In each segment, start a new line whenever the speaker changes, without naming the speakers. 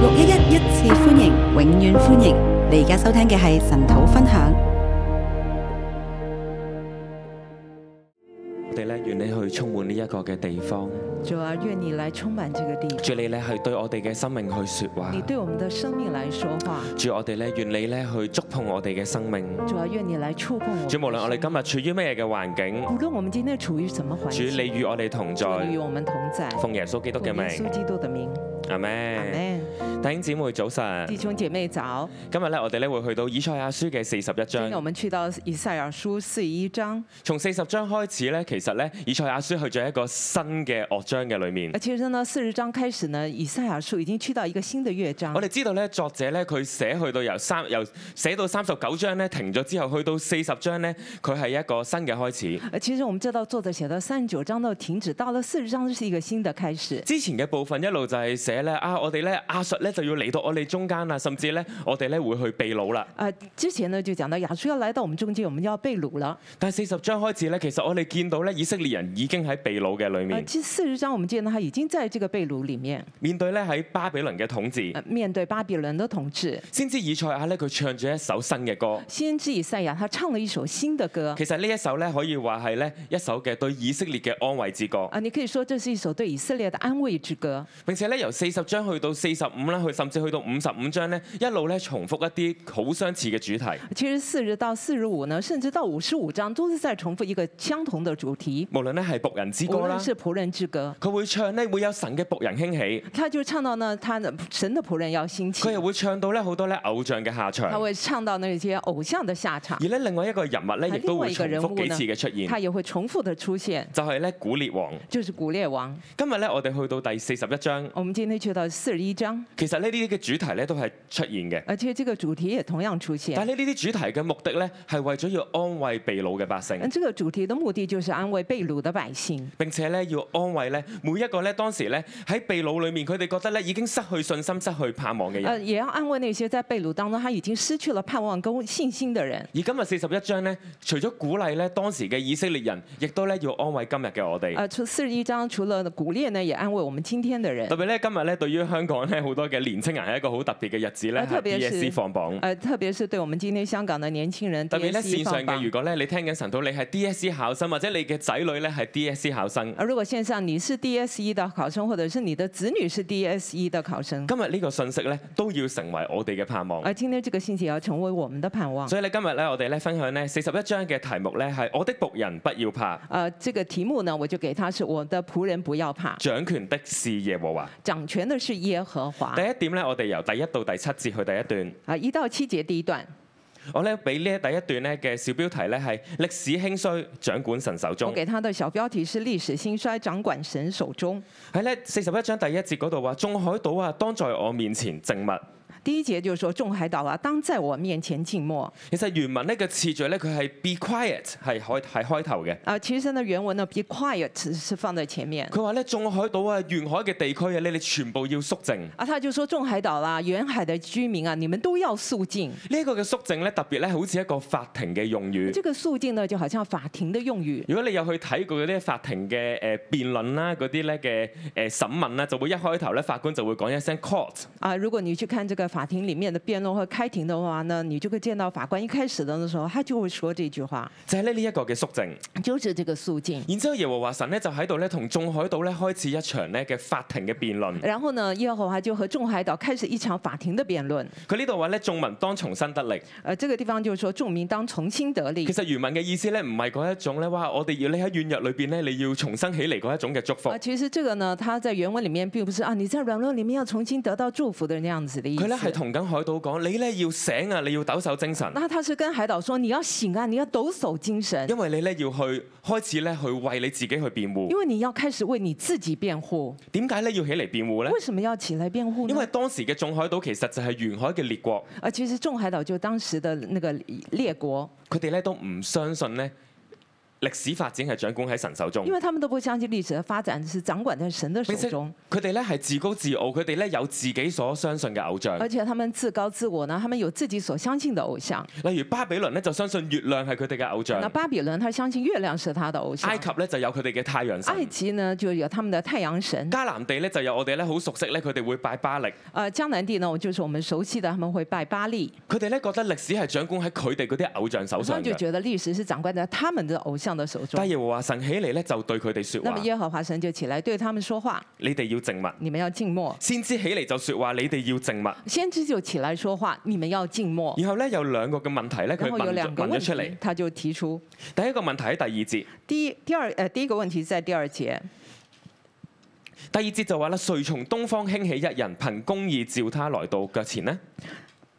六一一一次歡迎，永遠歡迎！你而家收聽嘅係神土分享。
我哋咧，願你去充滿呢一個嘅地方，
主啊，愿你來充滿這個地，
主你咧去對我哋嘅生命去說話
你，對我們的生命來說話。
主我哋咧，願你咧去觸碰我哋嘅生命，
主啊，愿你來觸碰我們的
主
心。
無論我哋今日處於咩嘅環境，
無論我們今天處於什麼環境，
主你與我哋同
主與
在，
我們同在。
奉耶穌基督嘅
奉耶
名
穌，基督的名，
阿
阿
咩？
門。
弟兄姊妹早晨
弟，兄姐妹早，
今日咧我哋咧會去到以賽亞書嘅四十一
今天我
章，
們去到以賽亞書四十一章，
從四十章開始咧，其實咧以賽亞書去咗一個新嘅樂章嘅裏面
而。其實呢，四十章開始呢，以賽亞書已經去到一個新的樂章
我。哋知道咧，作者咧佢寫去到由三由寫到三十九章咧停咗之後，去到四十章咧，佢係一個新嘅開始。
而其實我們知道，作者寫到三十九章都停止，到了四十章是一個新的開始。
之前嘅部分一路就係寫咧啊，我哋咧亞述咧就要嚟到我哋中間啦，甚至咧我哋咧會去被擄啦。
啊、之前呢就講到亞述要來到我們中間，我們就要被擄了。
但係四十章開始咧，其實我哋見到咧以色列人已經喺被擄嘅裏
啊，
面，
其實四十章我們見到他已經在這個被擄裡面，
面對咧喺巴比倫嘅統治，
呃，面對巴比倫的統治。
先知以賽亞咧佢唱咗一首新嘅歌。
先知以賽亞他唱了一首新的歌，
其實呢一首咧可以話係咧一首嘅對以色列嘅安慰之歌，
啊，你可以說這是一首對以色列的安慰之歌。
並且咧由四十章去到四十五啦，去甚至去到五十五章咧，一路咧重複一啲好相似嘅主題。
其實四十到四十五呢，甚至到五十五章都是在重複一個相同的主題，
無論咧係僕人之
無
歌啦
論，是僕人之歌。
佢會唱咧會有神嘅僕人興起。
他就唱到呢，他的神的僕人要興
佢又
起，
會唱到咧好多咧偶像嘅下場，
他
而
會唱到那些偶像的下啊場，
咧另外一個人物咧亦都會重複幾次嘅出
他
現，
也會重複的出現，
就係咧古列王。
就是古列王。
今日咧我哋去到第四十一章，
我們今天去到四十一章，
其實呢啲嘅主題咧都係出現嘅，
而且這個主題也同樣出現。
但係呢啲主題嘅目的咧係為咗要安慰被擄嘅百姓
嗯，。這個主題的目的就是安慰被擄的百姓，
並且咧要安慰咧每一個咧當時咧喺被擄裏面佢哋覺得咧已經失去信心、失去盼望嘅人。
呃，也要安慰那些在被擄當中他已經失去了盼望跟信心的人。
而今日四十一章咧，除咗鼓勵咧當時嘅以色列人，亦都咧要安慰今日嘅我哋。
呃，除四十一章除了鼓勵呢，也安慰我們今天的人
特。別咧，今日咧對於香港咧好多嘅年青人係一個好特別嘅日子咧，
啊特
係
別是
DSE 放榜。
呃，特別是對我們今天香港的年輕人，
特別咧
DSE
線上
放
嘅，如
榜。
果咧你聽緊神道，你係 DSE 考生或者你嘅仔女咧係 DSE 考生，
呃而如果線上你是 DSE 的考生，或者是你的子女是 DSE 的考生，
今日呢個信息咧都要成為我哋嘅盼望。
而今天這個信息也要成為我們的盼望。
所以咧今日咧我哋咧分享咧四十一章嘅題目咧係我的僕人不要怕，
呃，這個題目呢，我就給他是我的僕人不要怕，
掌權的是耶和華。
掌權的是耶和華
第。一點咧，我哋由第一到第七節去第一段，
啊，一到七節第一段，
我咧俾呢第一段咧嘅小標題咧係歷史興衰，掌管神手
我
中。
給他的小標題是“歷史興衰，掌管神手中
喺咧四十一章第一節嗰度話：眾海島啊，當在我面前靜默。”。
第一節就是說，眾海島啊，當在我面前靜默。
其實原文呢個次序咧，佢係 be quiet 係開係開頭嘅。
啊，其實呢，原文呢，be quiet 是放在前面。
佢話咧，眾海島啊、沿海嘅地區啊，你哋全部要肅靜。呢、
啊，他就說眾海島啦、啊沿海的居民啊，你們都要肅靜。
一個嘅肅靜咧，特別咧，好似一個法庭嘅用語。
這個肅靜呢，就好像法庭的用語。
如果你有去睇過嗰啲法庭嘅誒辯論啦、嗰啲咧嘅誒呃審問啦，就會一開頭咧，法官就會講一聲 court。
啊，如果你去看這個法庭裡面的辯論或開庭的話呢，你就會見到法官一開始的時候，他就會說這句話，
就係咧呢一個嘅肅靜，
就是這個肅靜。
然之後耶和華神咧就喺度咧同眾海島咧開始一場咧嘅法庭嘅辯論。
然後呢，耶和華就和眾海島開始一場法庭的辯論。
佢呢度話咧眾民當重新得力，
呃，這個地方就是說，眾民當重新得力
其。實原文嘅意思咧唔係嗰一種咧，哇！我哋要你喺軟弱裏邊咧，你要重新起嚟嗰一種嘅祝福
啊，。其實這個呢，它在原文裡面並不是啊，你在軟弱裡面要重新得到祝福的那樣子的意
佢咧係
思。
同緊海島講，你咧要醒啊，你要抖擻精 神，
那他是跟海島說，你要醒啊，你要抖擻精神，
因為你咧要去開始咧去為你自己去辯護
因。為你要開始為你自己辯護。
點解咧要起嚟辯護咧？
為什麼要起來辯護
哎因為
呢？
當時嘅眾海島其實就係沿海嘅列國，
啊，其實眾海島就當時的那個列國，
佢哋咧都唔相信咧歷史發展係掌管喺神手中
因。为他们都不相信历史的发展是掌管在神的手
並且
中，
佢哋咧係自高自傲，佢哋咧有自己所相信嘅偶像
而。且他们自高自我呢，他们有自己所相信的偶像。
例如巴比倫咧就相信月亮係佢哋嘅偶像
那，巴比伦他相信月亮是他的偶像，
埃及咧就有佢哋嘅太陽
埃
神，
及呢就有他们的太阳神，
迦南地咧就有我哋咧好熟悉咧，佢哋會拜巴力。
呃，迦南地呢就是我们熟悉的，他们会拜巴利，
佢哋咧覺得歷史係掌管喺佢哋嗰啲偶像手
他
上
们就
嘅。
觉得历史是掌管在他们的偶像的手
但
中。
耶和華神起嚟咧就對佢哋説
那么
話：
耶和华神就起来对他们说话，
你哋要靜默。
你们要静默。
先知起嚟就説話：你哋要靜默。
先知就起来说话，你们要静默。
然後咧有兩個嘅問題咧，佢
然哦后有
問咗
两个
問
问
咗出
题
嚟。，
他就提出
第一個問題喺第二節，
第一、第二，呃，第一个问题是在第二节，
第二節就話啦：誰從東方興起一人，憑公義召他來到腳前呢？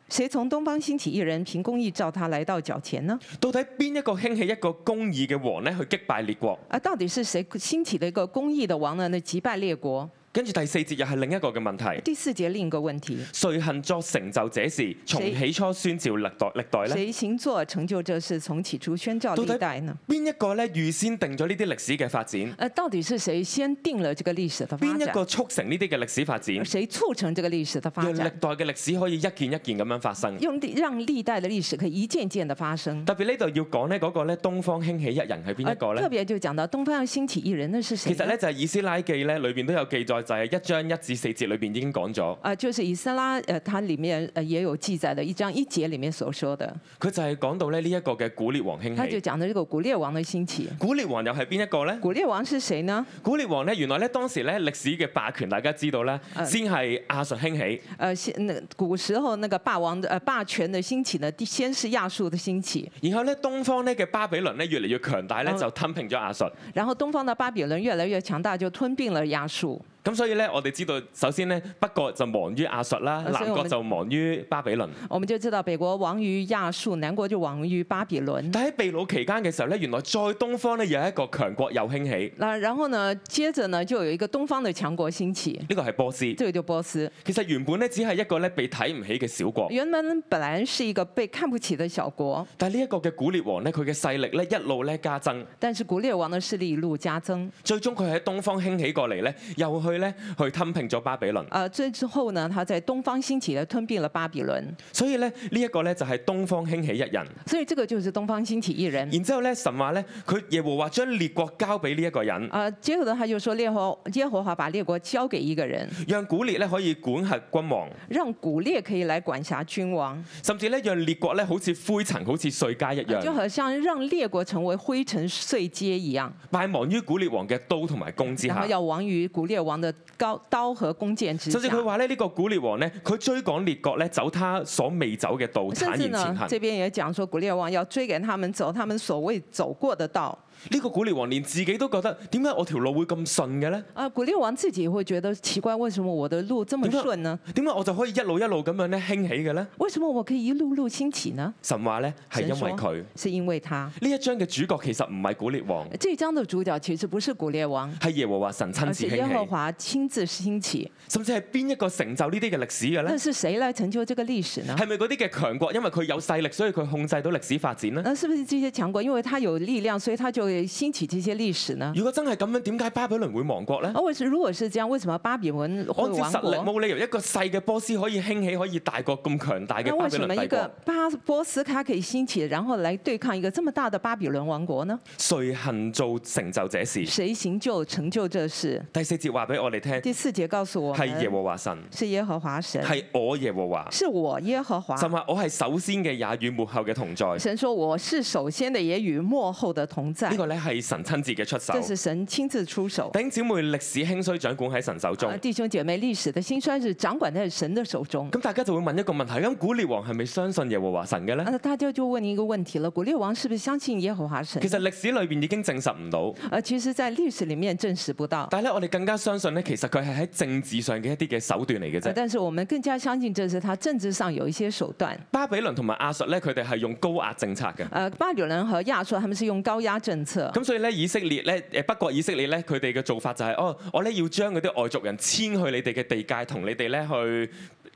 谁从东方兴起一人，凭公义召他来到脚前呢？
到底邊一個興起一個公義嘅王咧去擊敗列國？
啊，到底是谁兴起了一个公义的王呢？那击败列国。
跟住第四節又係另一個嘅問題。
第四节另一个问题，
誰行作成就這事，從
誰
起初宣召歷代歷代咧？
谁行作成就这事，从起初宣召
到底
历代呢？
邊一個咧預先定咗呢啲歷史嘅發展？
呃，到底是谁先定了这个历史的发
邊一
展？
個促成呢啲嘅歷史發展，
谁促成这个历史的发
讓歷
展？
代嘅歷史可以一件一件咁樣發生？
用历让历代的歷史可以一件件的發生。
特別呢度要講呢嗰個咧東方興起一人係邊一個
呃特
咧？
別就講到東方要興起一人，那是
其
誰呢？
實咧就係以斯拉記咧裏邊都有記載，就係一章一至四節裏邊已經講咗，
呃就是以斯拉，呃，它裡面呃也有記載的一章一節裡面所說的，
佢就係講到咧呢一個嘅古列王
他
興
就嗯
起。
講到這個古列王的興起。
古列王又係邊一個咧？
古列王是誰呢？
古列王咧原來咧當時咧歷史嘅霸權，大家知道啦，
嗯
先係亞述興起。
呃，先那古時候那個霸王的呃霸權的興起呢，第先是亞述的興起，
然後咧，東方咧嘅巴比倫咧越嚟越強大咧，
嗯
就吞並咗亞述。
然後東方的巴比倫越來越強大，就吞並了亞述。
咁所以咧，我哋知道，首先咧，北國就亡於亞述啦，
嗯所
南
以我
國
們嗯
就亡於巴比倫。
我們就知道北國亡於亞述，南國就亡於巴比倫。
但喺被擄期間嘅時候咧，原來再東方咧有一個強國又興起，
那然後呢，接着呢，就有一個東方的強國興起，
呢個係波斯。
这个就波斯。
其實原本咧只係一個咧被睇唔起嘅小國，
原本本來是一個被看不起的小國，
但係呢一個嘅古列王咧，佢嘅勢力咧一路咧加增，
但是古列王的勢力一路加增。
最終佢喺東方興起過嚟咧，又去咧去吞並咗巴比倫。
呃，最之後呢，他在東方興起了，吞並了巴比倫。所
所以咧呢一個咧就係東方興起一人。
以這個就是東方興起一人。
然之後咧，神話咧，佢耶和華將列國交俾呢一個人，
呃，接着呢，他就說列和耶和華把列國交給一個人，
讓古列咧可以管轄君王，
讓古列可以來管轄君王，
甚至咧讓列國咧好似灰塵、好似碎秸一
啊就
樣，
好像讓列國成為灰塵碎秸一樣，
敗亡於古列王嘅刀同埋弓之
然
下
後。要亡於古列王的高刀和弓箭之
甚至
下
佢。話咧，呢個古列王咧，佢追趕列國咧，走他所未走嘅道，
甚
坦
至
然前
呢
行，。
這邊也講說古列王要追趕他們走他們所謂走過的道。
呢個古列王連自己都覺得，點解我條路會咁順嘅咧？
啊，古列王自己也会觉得奇怪，为什么我的路这么
你看
顺呢？
點解我就可以一路一路咁樣咧興起嘅咧？
为什么我可以一路路兴起呢？
神話咧係因為
神
佢
說是因为他。
呢一章嘅主角其實唔係古列王，
这一章的主角其实不是古列王，
係耶和華神親
而
自
呃是耶和
興起，
华亲自兴起。
甚至係邊一個成就呢啲嘅歷史嘅咧
那？是谁来成就这个历史呢？
係咪嗰啲嘅強國，因為佢有勢力，所以佢控制到歷史發展呢？
那是不是这些强国，因为他有力量，所以他就会兴起这些历史呢？
如果真係咁樣，點解巴比倫會亡國呢？
而我是如果是这样，为什么巴比伦会
按照
亡
實力，
国？
冇理由一個細嘅波斯可以興起，可以大國咁強大嘅
那
巴
为
比
什么
倫
一
帝
个
國。
巴波斯卡可以兴起，然后来对抗一个这么大的巴比伦王国呢？
誰行做成就這事？
谁行就成就这事？
第四節話俾我哋聽，
第四节告诉我们，
係耶和華神，
是耶和华神，
係我耶和華。
是我耶和华。
神話我係首先嘅，也與幕後嘅同在。
神说我 是首先的，也与幕后的同在
呢。個呢係神親自嘅出手
这。是神亲自出手。
弟兄姊妹，歷史興衰掌管喺神手中
啊。弟兄姐妹，历史的兴衰是掌管在神的手中。
咁大家就會問一個問題：咁古列王係咪相信耶和華神嘅呢？
啊那大家就问一个问题了：古列王是不是相信耶和华神
其？實歷史裏邊已經證實唔到。
呃，其实，在历史里面证实不到。
但係咧，我哋更加相信咧，其實佢係喺政治上嘅一啲嘅手段嚟嘅
呃
啫。
但是我们更加相信，这是他政治上有一些手段。
巴比倫同埋亞述咧，佢哋係用高壓政策嘅。
呃，巴比伦和亚述他们是用高压政策，
咁所以咧，以色列咧，誒北國以色列咧，佢哋嘅做法就係、哦，我咧要將嗰啲外族人遷去你哋嘅地界，同你哋咧去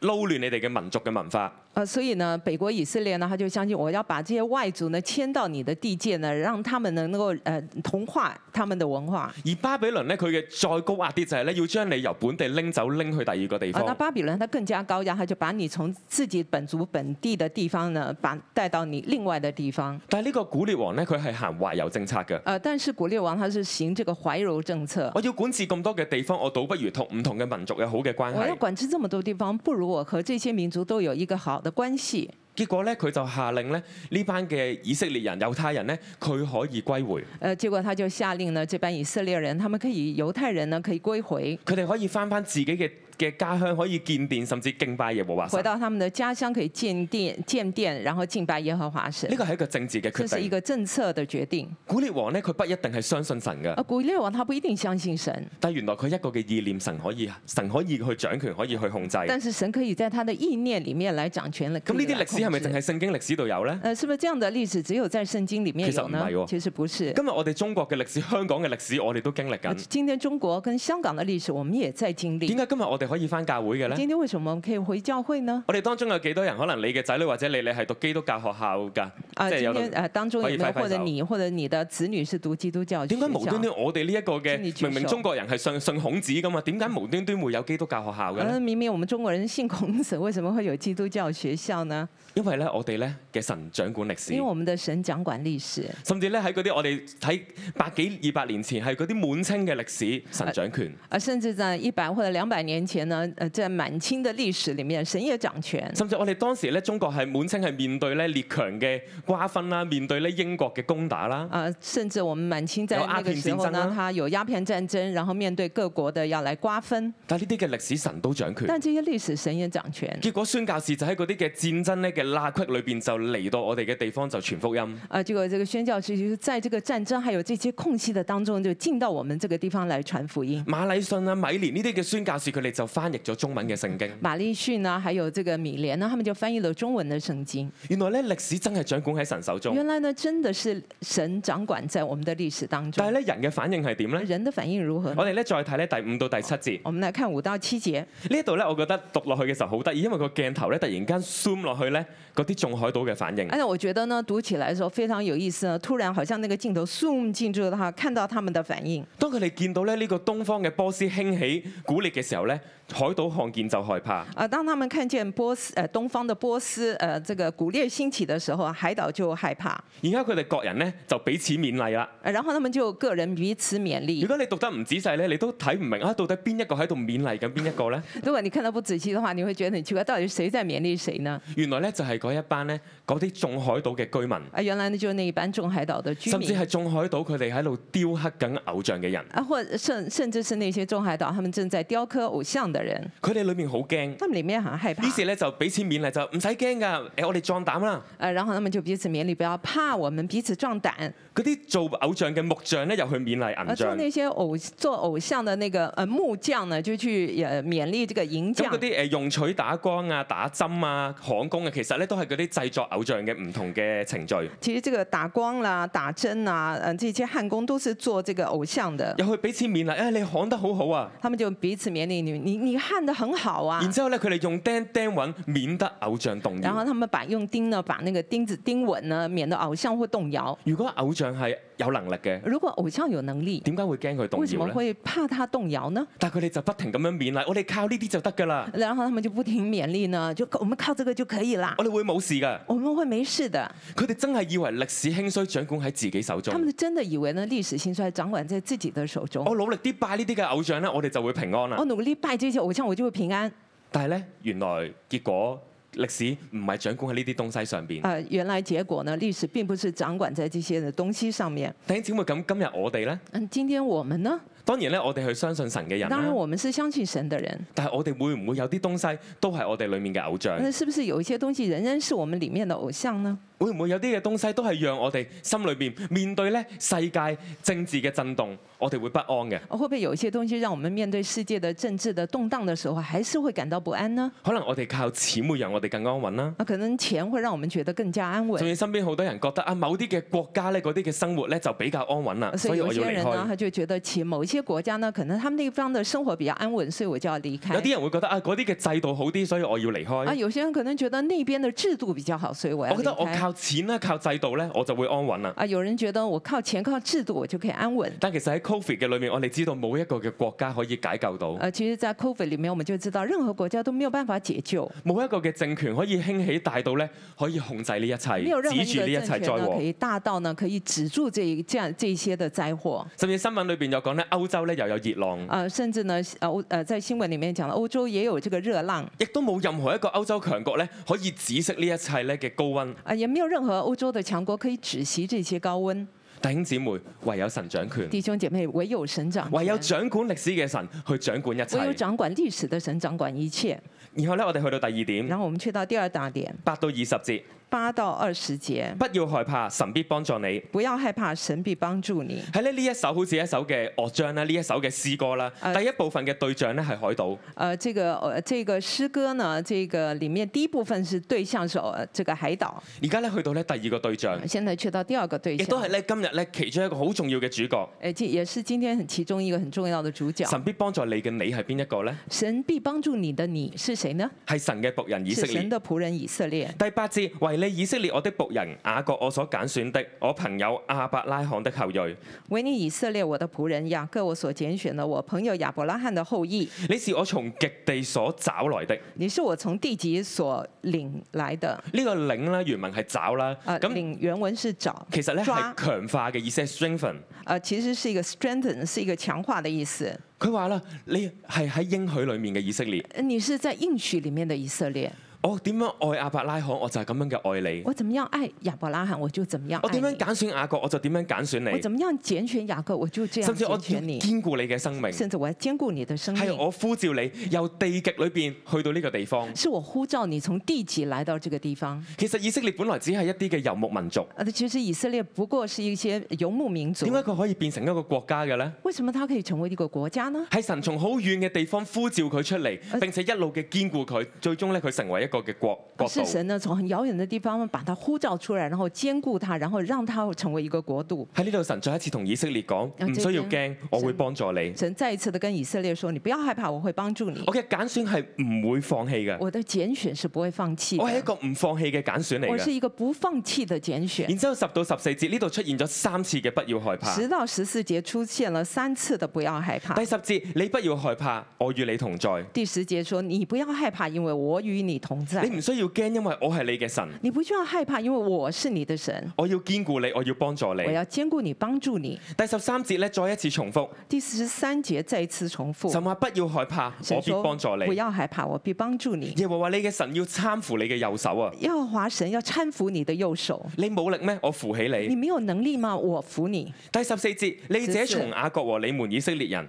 撈亂你哋嘅民族嘅文化。
呃，所以呢，北国以色列呢，他就相信我要把这些外族呢迁到你的地界呢，让他们能够呃同化他们的文化。
而巴比倫咧，佢嘅再高壓啲就係咧，要將你由本地拎走，拎去第二個地
啊，那
方。
巴比伦他更加高压，他就把你从自己本族本地的地方呢，把带到你另外的地方。
但係呢個古列王咧，佢係行懷柔政策嘅。
呃，但是古列王他是行这个怀柔政策，
我要管治咁多嘅地方，我倒不如同唔同嘅民族有好嘅關
我要
係。
管制这么多地方，不如我和这些民族都有一个好的关系。
結果咧，佢就下令咧，呢班嘅以色列人、猶太人咧，佢可以歸回，
呃，结果他就下令呢，这班以色列人他们可以犹太人呢可以归回，
佢哋可以翻翻自己嘅嘅家鄉，可以建殿，甚至敬拜耶和華神
回。到他们的家乡可以建殿建殿，然后敬拜耶和华神
呢。個係一個政治嘅
这
決
是一
定。
个政策的决定。
古列王咧，佢不一定係相信神嘅，
而古列王他不一定相信神，
但係原來佢一個嘅意念，神可以神可以去掌權，可以去控制。
但是神可以在他的意念里面来掌权了。
哎咁呢啲歷史係咪
可
淨
以来控制
係聖經歷史度有呢？
呃，是不是这样的例子只有在圣经里面
其实
有呢
唔系？喎
其实不 是。
今日我哋中國嘅歷史、香港嘅歷史，我哋都經歷
呃
緊。
今天中国跟香港的历史，我们也在经历
點。解今日我哋可以翻教會嘅呢？
今天为什么我们可以回教会呢？
我哋當中有幾多人可能你嘅仔女或者你你係讀基督教學校㗎？
啊，
即係
今
有讀
天呃当中
可以
有没
拍
有
拍
或者
手
你或者你的子女是读基督教学
點解無
校
端？端我哋呢一個嘅
請你舉手
明明中國人係信信孔子㗎嘛？點解無端端會有基督教學校嘅
呃，
呢？
明明我们中国人信孔子，为什么会有基督教学校呢？
因為咧，我哋咧嘅神掌管歷
因
史，
为我们的神掌管历史。
甚至咧喺嗰啲我哋睇百幾二百年前係嗰啲滿清嘅歷史，神掌權。
啊，甚至在一百或者两百年前呢，呃，在满清的历史里面，神也掌权。
甚至我哋當時咧，中國係滿清係面對咧列強嘅瓜分啦，面對咧英國嘅攻打啦。
啊，甚至我们满清在
有鸦
那个
片
时
战
候
争
呢
啊，
它有鸦片战争，然后面对各国的要来瓜分，
但係呢啲嘅歷史神都掌權。
但这些历史神也掌权。
結果宣教士就喺嗰啲嘅戰爭咧嘅罅隙裏邊就嚟到我哋嘅地方就傳福音。
啊，这个这个宣教士就是在这个战争还有这些空隙的当中，就进到我们这个地方来传福音。
馬禮信啊、米連呢啲嘅宣教士，佢哋就翻譯咗中文嘅聖經。
马利逊呢，还有这个米莲呢，他们就翻译了中文的圣经。
原來咧歷史真係掌管喺神手中
原，来呢，真的是神掌管在我们的历史当
但係
中。
咧人嘅反應係點呢？
人的反应如何呢？
我哋咧再睇咧第五到第七節
我们来看五到七节。
呢一度咧，我覺得讀落去嘅時候好得意，因為個鏡頭咧突然間 zoom 落去咧嗰啲眾海島嘅反應。
哎，那我觉得呢，读起来的时候非常有意思呢。突然好像那个镜头 zoom 进去了，哈，看到他们的反应。
當佢哋見到咧呢個東方嘅波斯興起古列嘅時候咧，海島看見就害怕。
啊，当他们看见波斯呃东方的波斯呃这个古列兴起的时候，啊海岛就害怕，
而家佢哋各人咧就彼此勉勵啦。
呃然后他们就个人彼此勉
如
励。
果你讀得唔仔細咧，你都睇唔明啊，到底邊一個喺度勉勵緊邊一個咧？
如果你看到不仔细的话，你会觉得很奇怪，到底谁在勉励谁呢？
原來咧就係嗰一班咧，嗰啲眾海島嘅居民，
啊，原来呢就是那一班中海岛的居
甚至
民。
係眾海島佢哋喺度雕刻緊偶像嘅人，
啊，或甚甚至是那些中海岛，他们正在雕刻偶像的人，
佢哋裏面好驚。
他们里面很害怕
於，是咧就彼此勉勵，就唔使驚㗎，誒我哋壯膽啦！
呃，然后他们就彼此勉励，不要怕，我们彼此壮胆。
嗰啲做偶像嘅木匠咧又去勉勵
而
銀
做
匠，
那些偶做偶像的那个呃木匠呢，就去呃勉励这个银
咁
匠
嗰。啲誒用錘打光啊、打針啊、焊工啊，其實咧都係嗰啲製作偶像嘅唔同嘅程 序，
其实这个打光啦、打针啦，嗯、这些焊工都是做这个偶像的，
又去彼此勉勵，誒、你焊得好好啊！
他们就彼此勉励你，你你焊的很好啊
然。之後咧佢哋用釘釘穩，免得偶像動
然
搖
后。他们把用钉呢，把那个钉子钉稳呢，免得偶像会动摇。
如果偶像係有能力嘅，
如果偶像有能力，
點解會驚佢動
为什
搖
么
咧？
会怕他动摇呢？
但佢哋就不停咁樣勉勵，我哋靠呢啲就得㗎啦，
然后他们就不停勉励呢，就我们靠这个就可以啦，
我哋會冇事㗎。
我们会没事的。
佢哋真係以為歷史興衰掌管喺自己手
他
中
们。真的以为呢，历史兴衰掌管在自己的手中。
我努力啲拜呢啲嘅偶像咧，我哋就會平安啦
哦我。努力拜这些偶像，我就会平安。
但係咧，原來結果歷史唔係掌管喺呢啲東西上邊。
呃，原来结果呢，历史并不是掌管在这些的东西上面。
弟兄姊妹，咁今日我哋咧，
嗯，今天我们呢，
當然咧，我哋去相信神嘅人
当然
啦。
我们是相信神的人，
但係我哋會唔會有啲東西都係我哋裡面嘅偶像？
那是不是有一些东西仍然是我们里面的偶像呢？
會唔會有啲嘅東西都係讓我哋心裏邊面對咧世界政治嘅震動，我哋會不安嘅？
哦会不会有一些东西让我们面对世界的政治的动荡的时候，还是会感到不安呢？
可能我哋靠錢會讓我哋更安穩啦。
啊，可能钱會讓我們覺得更加安
甚
穩，
至身邊好多人覺得啊，某啲嘅國家咧，嗰啲嘅生活咧就比較安穩啦，
啊
所
所以
以
有
我要
些
離
人呢，
開。
他就覺得其某一些國家呢，可能他們那方的生活比較安穩，所以我就要離
有
開。
啲人會覺得啊，嗰啲嘅制度好啲，所以我要離
啊，
開。
有些人可能覺得那邊的制度比較好，所以我要
我覺
離
得我
開。
靠錢咧，靠制度咧，我就會安穩啦。
啊，有人覺得我靠 錢靠制度我就可以安穩。
但其實喺 Covid 嘅裏面，我哋知道冇一個嘅國家可以解救到，
呃，其實，在 COVID 里面，我們就知道任何國家都沒有辦法解救，
冇一個嘅政權可以興起大到咧可以控制呢一切，
沒有任
止
何一
住
個
呢一切
政權
災
呢可
禍。
以大到呢可以止住這一這樣這些的災禍。
甚至新聞裏邊又講咧，歐洲咧又有熱浪，
啊，甚至呢，呃，歐呃，在新聞里面講到歐洲也有這個熱浪，
亦都冇任何一個歐洲強國咧可以止息呢一切咧嘅高温。
啊，也沒有任何歐洲的強國可以止息這些高温。
弟兄姊妹，唯有神掌權，
弟兄姐妹，唯有神掌權，
唯有掌管歷史嘅神去掌管一
唯
切。
有掌管歷史的神掌管一切。
然後咧，我哋去到第二點，
然後我們去到第二大點，
八到二十節，
八到二十節，
不要害怕，神必幫助你。
不要害怕，神必幫助你。
喺咧呢一首好似一首嘅樂章啦，呢一首嘅詩歌啦，
啊
第一部分嘅對象咧係海島，
呃，這個呃，這個詩歌呢，這個裡面第一部分是對象是呃這個海島，
而家咧去到咧第二個對象，
現在去到啊第二個對
亦都
象
係，咧今日咧其中一個好重要嘅主角。
呃，這也是今天很其中一個很重要的主角。
神必幫助你嘅你係邊一個呢？
神必幫助你的你是誰呢？
係神嘅僕人以色
是神
列。
的僕人以色列。
第八節，為你以色列我的僕人雅各我所揀選的，我朋友亞伯拉罕的後裔。
為你以色列我的僕人雅各，我所揀選的我朋友亞伯拉罕的後裔，
你是我從極地所找來的。
你是我從地極所領來的。
呢、個領啦，原文係找啦，
呃，
咁、
領原文是找，
其實咧
抓
係強化嘅意思係 strengthen。
呃，其實是一個 strengthen，是一個強化的意思。
佢話啦，你係喺應許裡面嘅以色列。哦
呃你是在應許裡面的以色列，
我點樣愛亞伯拉罕，我就係咁樣嘅愛你。
我怎麼樣愛亞伯拉罕，我就怎麼樣
我
愛
點樣
你。
揀選雅各，我就點樣揀選
我怎
你。
麼樣揀選雅各，我就這樣
甚至我
揀選你，
堅固你嘅生命，
甚至我要兼顧你的生
係
命。
我呼召你由地極裏邊去到呢個地方。
是我呼召你從地極來到這個地方。
其實以色列本來只係一啲嘅遊牧民族，
呃，其實以色列不過是一些游牧民族
點。解佢可以變成一個國家嘅呢？
為什麼它可以成為一個國家呢？
係神從好遠嘅地方呼召佢出嚟，並且一路嘅堅固佢，最終咧佢成為一個嘅國國
啊是
度。
神呢從很遙遠的地方把它呼召出來，然後兼顧它，然後讓它成為一個國度。
喺呢度，神再一次同以色列講：
啊
唔需要
即
驚，我會幫助你。
神再一次的跟以色列說：“你不要害怕，我會幫助你。
我嘅揀選係唔會放棄嘅，
我的揀選是不會放棄
我係一
的，
個唔放棄嘅揀選嚟
我
嘅
是。一個不放棄的揀選。
然之後十到十四節呢度出現咗三次嘅不要害怕。
十到十四節出現了三次的不要害怕
第。十節，你不要害怕，我與你同在。
第十節說：你不要害怕，因為我與你同在。
你唔需要驚，因為我係你嘅神。
你不需要害怕，因為我是你的神。
我要堅固你，我要幫助你
我。要兼顧你，幫助你。
第十三節咧，再一次重複，
第十三節再一次重複
神。話不要害怕，我
哦神
必
說
幫助
不
你。
要害怕，我必幫助你。
耶和華你嘅神要參扶你嘅右手啊！
耶和華神要攙扶你的右手，
你冇力咩？我扶起
你
你。
没有能力嗎？我扶你。
第十四節，你這從雅各和你們以色列人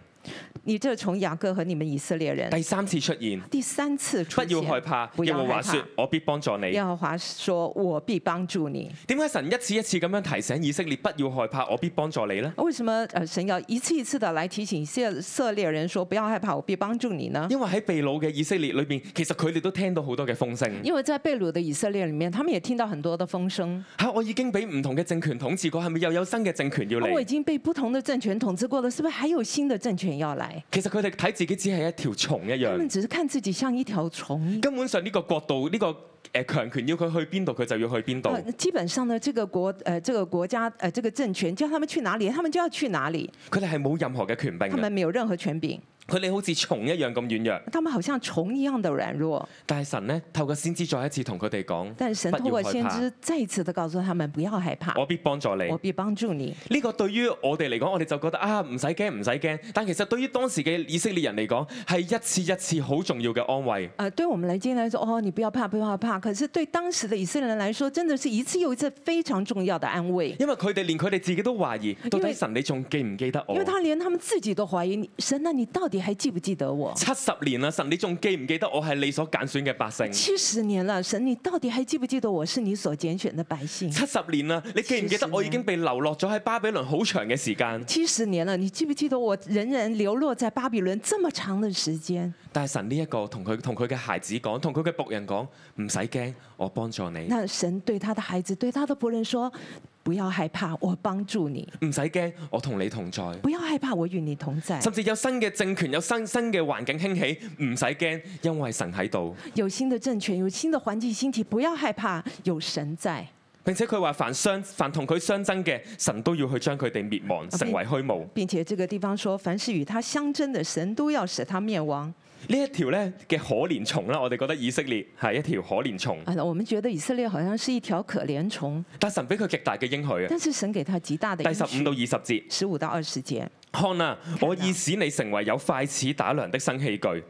你這從雅各和你們以色列人
第三次出現，
第三次出
不
現，
要害怕。
不
耶
要
和華
害怕
說：。我必幫助你
耶。和華說：“我必幫助你。
點解神一次一次咁樣提醒以色列不要害怕，我必幫助你呢？”
為什麼呃神要一次一次的來提醒以色列人說不要害怕，我必幫助你呢？
因為喺被擄嘅以色列裏邊，其實佢哋都聽到好多嘅風聲。
因為在被掳的以色列裡面，他們也聽到很多的風聲。
嚇、啊我已經俾唔同嘅政權統治過，係咪又有新嘅政權要
哦我已
嚟？
經被不同的政權統治過了，是不是還有新的政權要來？
其實佢哋睇自己只係一條蟲一
他
樣，
們只是看自己像一條蟲。
根本上呢個國度呢、個誒強權要佢去邊度，佢就要去邊度。
呃基本上呢，這個國呃，這個國家呃，這個政權叫他們去哪裡，他們就要去哪裡，
佢哋係冇任何嘅權柄
他
嘅，
們沒有任何權柄，
佢哋好似蟲一樣咁軟弱。
他們好像蟲一樣的軟弱。
但係神呢，透過先知再一次同佢哋講，
但神通
不
過
要害
先
怕，
知再一次的告訴他們不要害怕，
我必幫助你
我。必幫助你。
呢個對於我哋嚟講，我哋就覺得啊唔使驚唔使驚，但其實對於當時嘅以色列人嚟講，係一次一次好重要嘅安慰。
呃，對我們來今來說，哦，你不要怕，不要怕。可是對當時的以色列人來說，真的是一次又一次非常重要的安慰，
因為佢哋連佢哋自己都懷疑，到底神你仲記唔記得我
因為？他連他們自己都懷疑你神，那你到你还记不记得我？
七十年啦，神你仲記唔記得我係你所揀選嘅百姓？
七十年了，神，你到底还记不记得我是你所拣选的百姓？
七十年啦，你記唔記
70
得我已經被流落咗喺巴比倫好長嘅時間？
七十年了，你记不记得我仍然流落在巴比伦这么长的时间？
但係神呢、一個同佢同佢嘅孩子講，同佢嘅仆人講，唔使驚，我幫助你，
那神对他的孩子，对他的仆人说：“不要害怕，我帮助你；
唔使驚，我同你同在。
不要害怕，我与你同在。
甚至有新嘅政權，有新新嘅環境興起，唔使驚，因為神喺度。
有新的政权，有新的环境兴起，不要害怕，有神在。
並且佢話：凡相凡同佢相爭嘅，神都要去將佢哋滅亡，成為虛無。
并且这个地方说，凡是与他相争的，神都要使他灭亡。
呢一條咧嘅可憐蟲啦，我哋覺得以色列係一條可憐蟲，
啊，我们觉得以色列好像是一条可怜虫，
但神俾佢極大嘅應許啊！
但是神给他极大的
嗯第十五到二十節，
十五到二十节，
看啊，我已使你成為有快齒打量的新器具，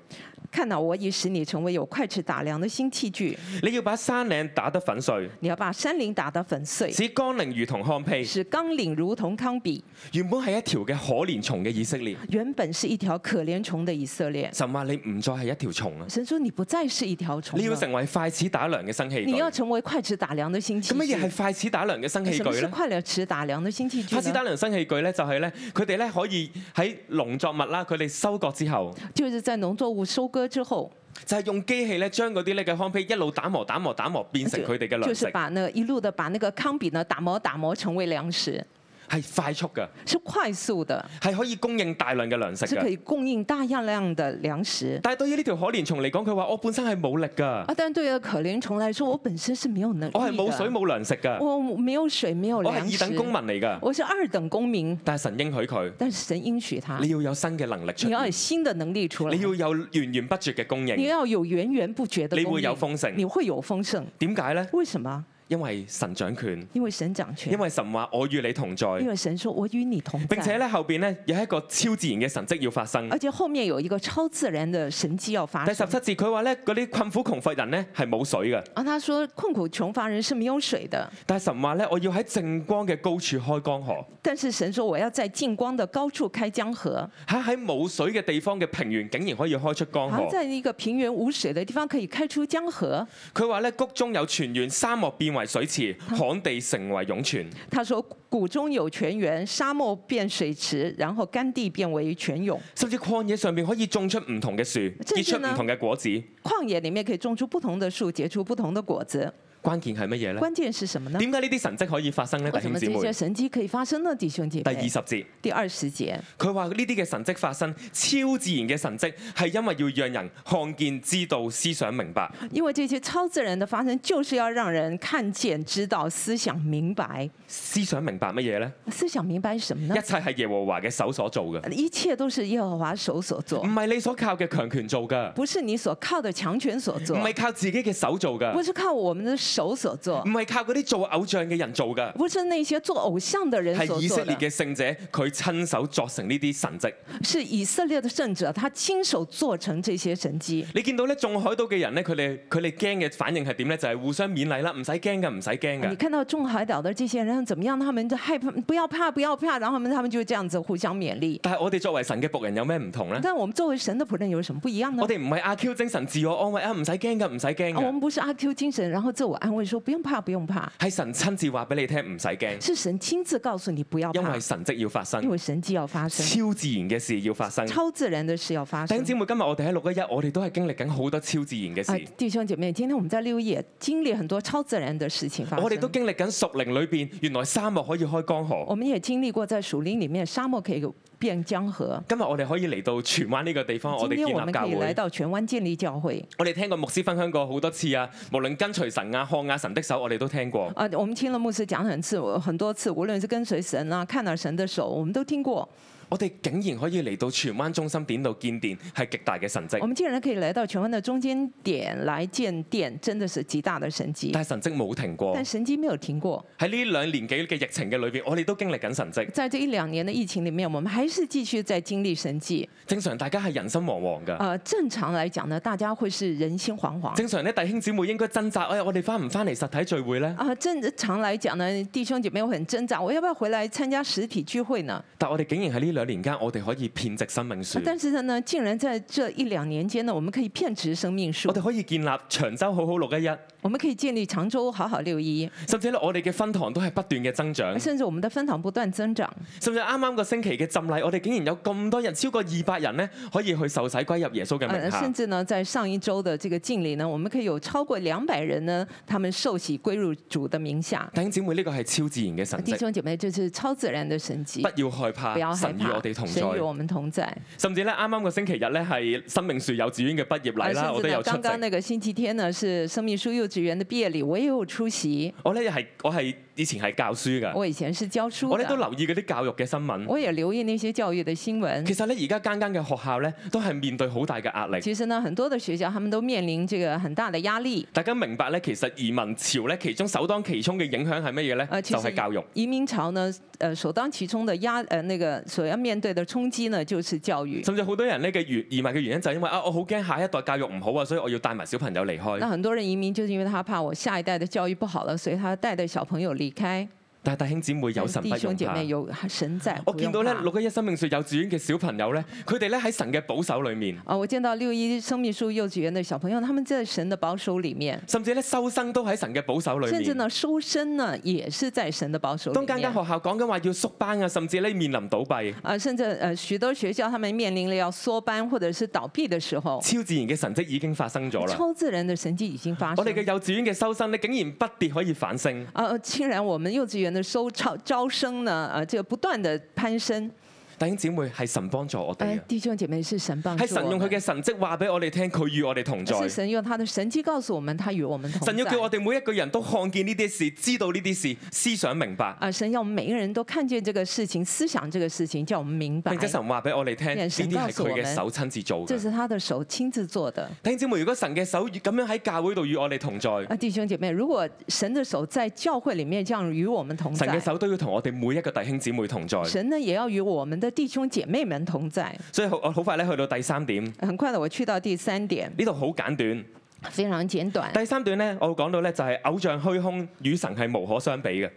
看到我已使你成为有快尺打量的新器具，
你要把山嶺打得粉碎，
你要把山林打得粉碎，
使江陵如同糠皮。
使纲领如同糠秕。
原本係一條嘅可憐蟲嘅以色列，
原本是一条可怜虫的以色列，
神話你唔再係一條蟲啊！
神说你不再是一条虫
你要
了，
成為快齒打量嘅新器具。
你要成为快尺打量的新器
咁
具。
乜嘢係快齒打量嘅新器
什么
具
是
呢？
快尺打量的新器具
快齒打
呢？
量新器具呢，就係呢，佢哋呢可以喺農作物啦，佢哋收割之後，
就是在农作物收割之后，
就係、用機器呢將嗰啲呢嘅糠皮一路打磨、打磨、打磨，變成佢哋嘅
就
糧
是
食，
把那一路的把那个糠秕呢打磨打磨成为粮食，
係快速嘅，
是快速的，
係可以供應大量嘅糧食
是可
嘅。
以供应大量量的粮食。
但係對於呢條可憐蟲嚟講，佢話我本身係冇力㗎，
啊，但对于可怜虫来说，我本身是没有能力的，
我係冇水冇糧食㗎，
我没有水，没有
我係
粮
二
食，
等公民嚟㗎。
我是二等公民，
但係神應許佢，
但是神应许他，
你要有新嘅能力出
你要有
現，
新的能力出来
你。要有源源不絕嘅供
你
應，
要有源源不绝的供
你
应，
會有豐
你
盛。
会有丰盛。
點解呢？
为什么？
因為神掌權，
因为神掌权，
因為神話我與你同在。
因为神说：“我与你同在。”
並且咧後邊咧有一個超自然嘅神蹟要發生。
而且后面有一个超自然的神迹要发
第十
生。
七節佢話咧嗰啲困苦窮乏人咧係冇水嘅，
啊，他说困苦穷乏人是没有水的，
但係神話咧我要喺正光嘅高處開江河。
但是神说我要在近光的高处开江河，
喺喺冇水嘅地方嘅平原竟然可以開出江
好像
河。
在一个平原无水的地方可以开出江河。
佢話咧谷中有泉源，沙漠變為水池，旱地成為湧泉。
他说谷中有泉源，沙漠变水池，然后干地变为泉涌。
甚至曠野上面可以種出唔同嘅樹，
真啊
結出
正呢
唔同嘅果子。
旷野里面可以种出不同的树，结出不同的果子。
關鍵係乜嘢呢？
关键是什么呢？
點解呢啲神蹟可以發生呢？弟
为什
兄
么
姊
这
妹，
些神迹可以发生呢？弟兄姐
第二
妹
十，節。
第二十节，
佢話呢啲嘅神蹟發生，超自然嘅神蹟係因為要讓人看見、知道、思想明白。
因为这些超自然的发生，就是要让人看见、知道、思想明白。
思想明白乜嘢呢？
思想明白什么
一
呢
切？係耶和華嘅手所做嘅，
一切都是耶和华手所做
唔，係你所靠嘅強權做嘅，
不是你所靠的强权所
唔
做，
係靠自己嘅手做嘅，
不是靠我们的手所做
唔，係靠嗰啲做偶像嘅人做嘅，
不是那些做偶像的人
係
所
以色
做
列
的，
嘅聖者佢親手作成呢啲神蹟。
是以色列的圣者他亲手做成这些神迹。
你見到咧眾海島嘅人咧，佢哋佢哋驚嘅反應係點呢？就係、互相勉勵啦，唔使驚嘅，唔使驚
你
嘅。
看到众海岛的这些人怎么样？他们就害怕，不要怕，不要怕，然后他们他们就这样子互相勉励。
但係我哋作為神嘅仆人有咩唔同呢？
但我们作为神的仆人有什么不一样呢
我？哋唔係阿 Q 精神自我安慰啊，唔使驚嘅，唔使驚
啊我
嘅
们。不是阿 Q 精神，然后自我安慰说不用怕，不用怕，
係神親自話俾你聽，唔使驚，
是神亲自告诉你不要
因
怕
為，神蹟要發生
因，为神迹要发生，
超自然嘅事要發生。
超自然的事要发
弟兄
生
姊。妹，今日我哋喺六一一，我哋都係經歷緊好多超自然嘅
啊
事，，
弟兄姐妹，今天我们在六一也经历很多超自然的事情发
我哋都
生。
經歷緊屬靈裏邊，原來沙漠可以開江河
我。们也经历过在属林里面沙漠可以变江河。
今日我哋可以嚟到荃灣呢個地哦方，我哋
今天我
建立
们
教
可以来
會。
到荃湾建立教会。
我哋聽過牧師分享過好多次啊，無論跟隨神啊、看啊神的手，我哋都聽過。
啊，我们听了牧师讲很次很多次，无论是跟随神啊、看到神的手，我们都听过。
我哋竟然可以嚟到荃灣中心點度建殿，係極大嘅神
我
蹟。
们竟然可以来到荃湾的中间点来建殿，真的是极大的神迹。
但哦係神蹟冇停過。
但神迹没有停过。
喺呢兩年幾嘅疫情嘅裏邊，我哋都經歷緊神蹟。
在这一两年的疫情里面，我们还是继续在经历神迹。
正常大家係人心惶惶㗎。
呃，正常来讲呢，大家会是人心惶惶。
正常咧，弟兄姊妹應該掙扎，哎呀，我哋翻唔翻嚟實體聚會呢？
啊、正常来讲呢，弟兄姐妹会很挣扎，我要不要回来参加实体聚会呢？啊
但我哋竟然喺呢兩年間，我哋可以遍植生命樹，
但是呢，竟然在这一两年间呢，我们可以遍植生命树
我，哋可以建立長洲好好六一一，
我们可以建立常州好好六一，
甚至咧我哋嘅分堂都係不斷嘅增長，
甚至我们的分堂不断增长。
甚至啱啱個星期嘅浸禮，我哋竟然有咁多人，超過二百人咧，可以去受洗歸入耶穌嘅名
呃，
下
甚。至呢，在上一周的这个敬礼呢，我们可以有超过两百人呢，他们受洗归入主的名下。
弟兄姊妹，呢個係超自然嘅神
弟
蹟，
兄姐妹，这是超自然的神迹，
不要害
不要
怕，
害
神與
怕
我哋，同
神与
在。
我们同在。
甚至咧，啱啱個星期日咧係生命樹幼稚園嘅畢業
而
禮啦，我
啊
都
甚至
有
呢，
出
刚剛
席。
那個星期天呢，是生命樹幼稚園的畢業禮，我也有出席。
我咧係我係以前係教書 㗎，
我以前是教書
我咧都
的，
留意嗰啲教育嘅新聞。
我也留意那些教育的新聞。
其實咧，而家間間嘅學校咧都係面對好大嘅壓力。
其實呢，很多的學校他們都面臨這個很大的壓力。
大家明白咧，其實移民潮咧，其中首當其衝嘅影響係乜嘢咧？
啊其
就
實
係教育。
移民潮呢，呃，首當其衝的壓，呃，那個所要面對的衝擊呢，就是教育。
甚至好多人咧嘅原移民嘅原因就係因為啊，我好驚下一代教育唔好啊，所以我要帶埋小朋友離
那
開。
很多人移民就是因為他怕我下一代的教育不好了，所以他帶着小朋友離開。
但係弟兄姊妹有神不
弟兄
用
姐
怕
妹。有神在，
我
不
見
用
到咧
怕
六一一生命樹幼稚園嘅小朋友咧，佢哋咧喺神嘅保守裏面，
啊，我見到六一生命樹幼稚園的小朋友，他們在神的保守裡面，
甚至咧收生都喺神嘅保守裏
甚至
面。
呢收生呢也是在神的保守
當
裡
間間
面。
學校講緊話要縮班啊，甚至咧面臨倒閉，
啊，甚至呃，許多學校他們面臨了要縮班或者是倒閉的時候，
超自然嘅神跡已經發生咗啦。
超自然的神蹟已經發
我哋嘅
生。
幼稚園嘅收生咧，竟然不跌可以反升。
啊，竟然我們幼稚園的收招招生呢，啊，這個不斷的攀升。
弟兄姊妹係神幫助我
哎
哋啊，，
弟兄姐妹是神幫助
係
我
神用佢
們
嘅神跡話俾我哋聽，佢與我哋同在
是。神用他的神蹟告訴我們，他與我們同在。
神要叫我哋每一個人都看見呢啲事，知道呢啲事，思想明白。
啊，神要我們每一個人都看見這個事情，思想這個事情，叫我們明白
並。且神話俾我哋聽，呢
願神
啲係
告訴我
佢嘅
們
手親自做
这
嘅。
是他的手親自做的。
弟兄姊妹，如果神嘅手咁樣喺教會度與我哋同在，
啊，弟兄姐妹，如果神的手在教會裡面這樣與我們同
神嘅
在，
手都要同我哋每一個弟兄姊妹同在。
神呢也要與我們的弟兄姐妹們同在。
所以好我好快咧去到第三點，呢
很快的，我去到第三點，
度好簡短。
非常簡短。
第三段咧，我會講到咧就係偶像虛空與神係無可相比嘅。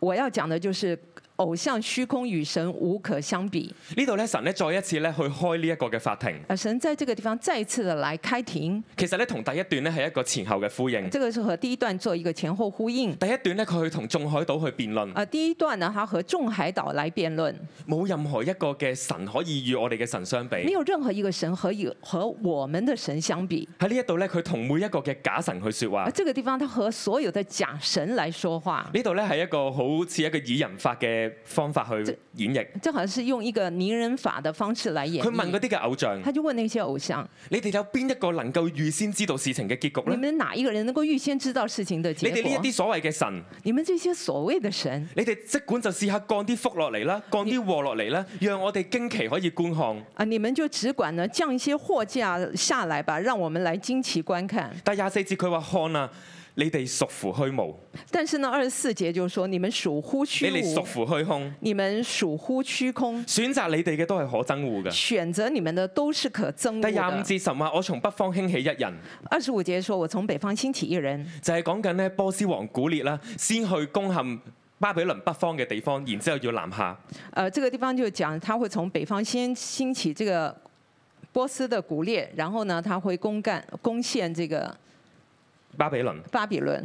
我要講的就是偶像虛空與神無可相比。
呢度咧神咧再一次咧去開呢一個嘅法庭，
啊，神在這個地方再一次的來開庭，
其實咧同第一段咧係一個前後嘅呼應。
這個是和第一段做一個前後呼應。
第一段咧佢去同眾海島去辯論，
啊，第一段呢，他和眾海島來辯論，
冇任何一個嘅神可以與我哋嘅神相
沒
比。
有任何一個神和以和我們的神相比。
喺呢一度咧，佢同每一個嘅假神去説
而
話。
這個地方，他和所有的假神來說話，
呢度咧係一個好似一個擬人法嘅方法去演繹。
正好是用一個擬人法的方式來演
佢問嗰
繹。嗯
啲嘅偶像：
他就問那些偶像：
你哋有邊一個能夠預先知道事情嘅結局呢？
你們哪一個人能夠預先知道事情啊的
嗯你
結
哋呢
果？
一啲所謂嘅神，
你們這些所謂的神，
你哋即管就試下降啲福落嚟啦，降啲禍落嚟啦，讓我哋驚奇可以觀看。
啊，你们就只管呢降一些货架下來吧，讓我們來惊奇觀看。
第廿四節佢話：看啊，你哋屬乎虛無，
但是呢，二十四節就說你們屬乎
你
虛
哋屬
無，
乎虛空，
你們屬乎虛空，
選擇你哋嘅都係可憎惡嘅。
選擇你們的都是可憎惡
第廿五
的。
節神話：我從北方興起一人，
二十五節說，我從北方興起一人，
就係講緊咧波斯王古列啦，先去攻陷巴比倫北方嘅地方，然之後要南下。
呃，這個地方就講他會從北方先興起這個波斯的古列，然後呢，他会攻干攻陷這个
巴比倫，
巴比倫。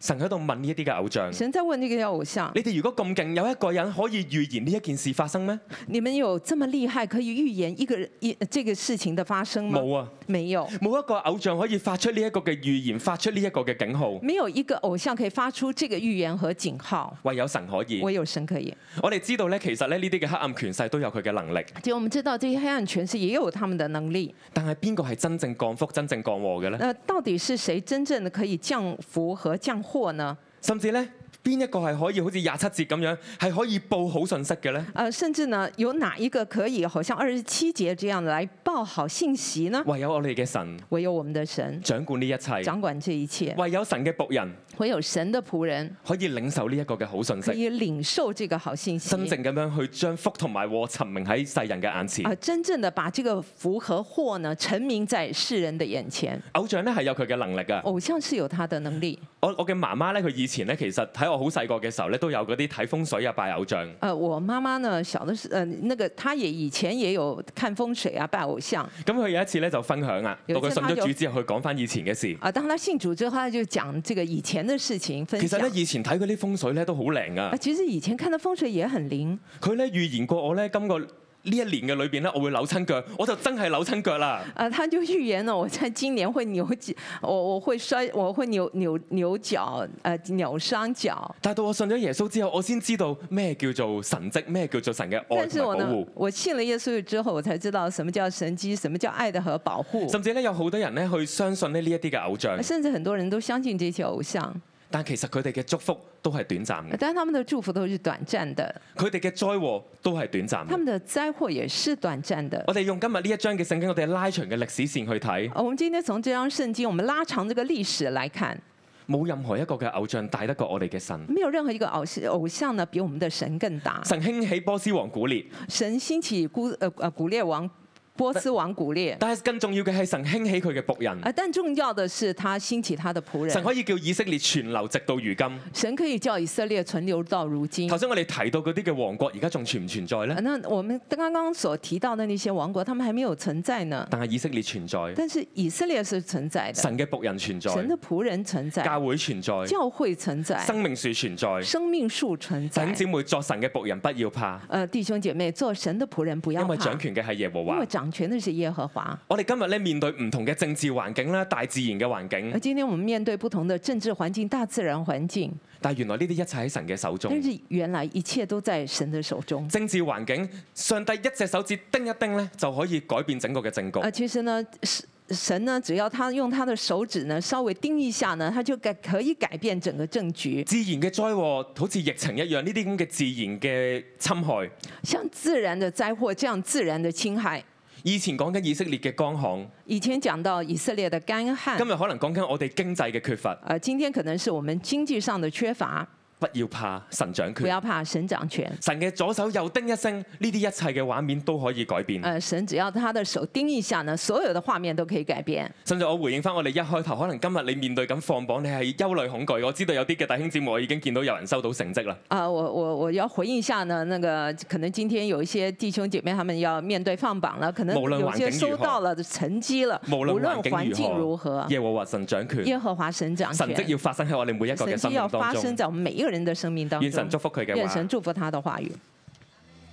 神喺度問呢一啲嘅偶像：
神在問這個偶像：
你哋如果咁勁，有一個人可以預言呢一件事發生咩？
你們有這麼厲害，可以預言一個人一這個事情的發生嗎？
冇啊，
沒有。
冇一個偶像可以發出呢一個嘅預言，發出呢一個嘅警號，
没有一个偶像可以發出這個預言和警號，
唯有神可以。
唯有神可以。
我哋知道咧，其實咧呢啲嘅黑暗權勢都有佢嘅能力，
就我們知道這些黑暗權勢也有他們的能力。
但係邊個係真正降福、真正降禍嘅咧？
那到底是誰真正的可以降福和降禍呢？
甚至咧，邊一個係可以好似廿七節咁樣，係可以報好信息嘅咧？
呃，甚至呢，有哪一個可以好像二十七節這樣來報好信息呢？
唯有我哋嘅神
唯有我們的神
掌管呢一切，
掌管這一切，
唯有神嘅仆人
唯有神的僕人
可以領受呢一個嘅好信
可
息，
以領受這個好信息。
真正咁樣去將福同埋禍陳明喺世人嘅眼前
啊、。真正的把這個福和禍呢，陳明在世人的眼前。
偶像咧係有佢嘅能力噶。啊
偶像是有他的能力。
我我嘅媽媽咧，佢以前咧其實喺我好細個嘅時候咧，都有嗰啲睇風水啊、拜偶像。
呃，我妈妈呢，小的时，呃，那个她也以前也有看风水啊，拜偶像啊、
咁佢有一次咧就分享啊，到
有一
佢
次
信
他
咗
就
主之後，佢講翻以前嘅事。
啊当她信主之后，她就讲这个以前的事情分
其實
享。
咧，以前睇嗰啲風水咧都好靈啊
啊，。其實以前看的風水也很靈，
佢咧預言過我咧，今個呢一年嘅裏邊咧，我會扭親腳，我就真係扭親腳啦。
啊，他就預言了我在今年會扭腳，我我會摔，我會扭扭扭腳，呃，扭傷腳。
但係到我信咗耶穌之後，我先知道咩叫做神蹟，咩叫做神嘅愛
但是
同
我
哦埋保
呢
護，。
我信了耶穌之後，我才知道什麼叫神蹟，什麼叫愛的和保護。
甚至咧有好多人咧去相信咧呢一啲嘅偶像，
甚至很多人都相信這些偶像，
但其實佢哋嘅祝福都係短暫嘅，
但他們的祝福都是短暫的，
佢哋嘅災禍都係短暫
他
嘅。
們的災禍也是短暫的。
我哋用今日呢一章嘅聖經，我哋拉長嘅歷史線去睇，
哦我們今天從這張聖經，我們拉長這個歷史來看，
冇任何一個嘅偶像大得過我哋嘅神。
沒有任何一個偶像偶像呢比我們的神更大。
神興起波斯王古列，
神興起古呃呃古列王波斯王古列，
但係更重要嘅係神興起佢嘅僕人，
啊，但重要的是他興起他的仆
嗯神
人，
可以叫以色列存留直到如今。
神可以叫以色列存留到如今
頭。先我哋提到嗰啲嘅王國，而家仲存唔存在
啊
呢？
那我們剛剛所提到的那些王國，他們還沒有存在呢，
但係以色列存在，
但是以色列是存在的，
神嘅仆人存在，
神的仆人存在，
教會存在，
教會存在，
生命樹存在。
生命樹存
弟兄
在
姊。妹作神嘅仆人，不要怕，
呃，弟兄姐妹，做神的仆人不要
因為
怕
掌，權嘅係耶和
因
華
為。掌權的是耶和華。
我哋今日咧面對唔同嘅政治環境啦、大自然嘅環
而
境，
今天我們面對不同的政治環境、大自然環境，
但係原來呢啲一切喺神嘅手中
但。是原來一切都在神的手中。
政治環境，上帝一隻手指叮一叮咧，就可以改變整個嘅政局。
啊，其實呢，神神呢，只要他用他的手指呢稍微叮一下呢，他就改可以改變整個政局。
自然嘅災禍，好似疫情一樣，呢啲咁嘅自然嘅侵害。
像自然的災禍這樣自然的侵害，
以前講緊以色列嘅乾旱，
以前講到以色列的乾旱
今，日可能講緊我哋經濟嘅缺乏。
呃，今天可能是我們經濟上的缺乏，
不要怕，神掌
不
權。
要怕神掌權。
神嘅左手右叮一聲，呢啲一切嘅畫面都可以改變。
呃，神只要他的手叮一下呢，所有的畫面都可以改變。
甚至我回應翻我哋一開頭，可能今日你面對緊放榜，你係憂慮恐懼。我知道有啲嘅弟兄姊妹，我已經見到有人收到成績啦。
啊、我我我要回應一下呢，那個可能今天有一些弟兄姐妹他們要面對放榜了，可能
無論
有些
環境如
收
何
到了成績了，
無論環
環
境
境
如
如
何
何，，
耶和華神掌權，
耶和華神掌
神
權，
蹟要發生喺我哋每一個嘅生
神蹟要
命當
發
中。
生在我們每一個人的生命當中。
願神祝福佢嘅
願
話
神。祝福他的話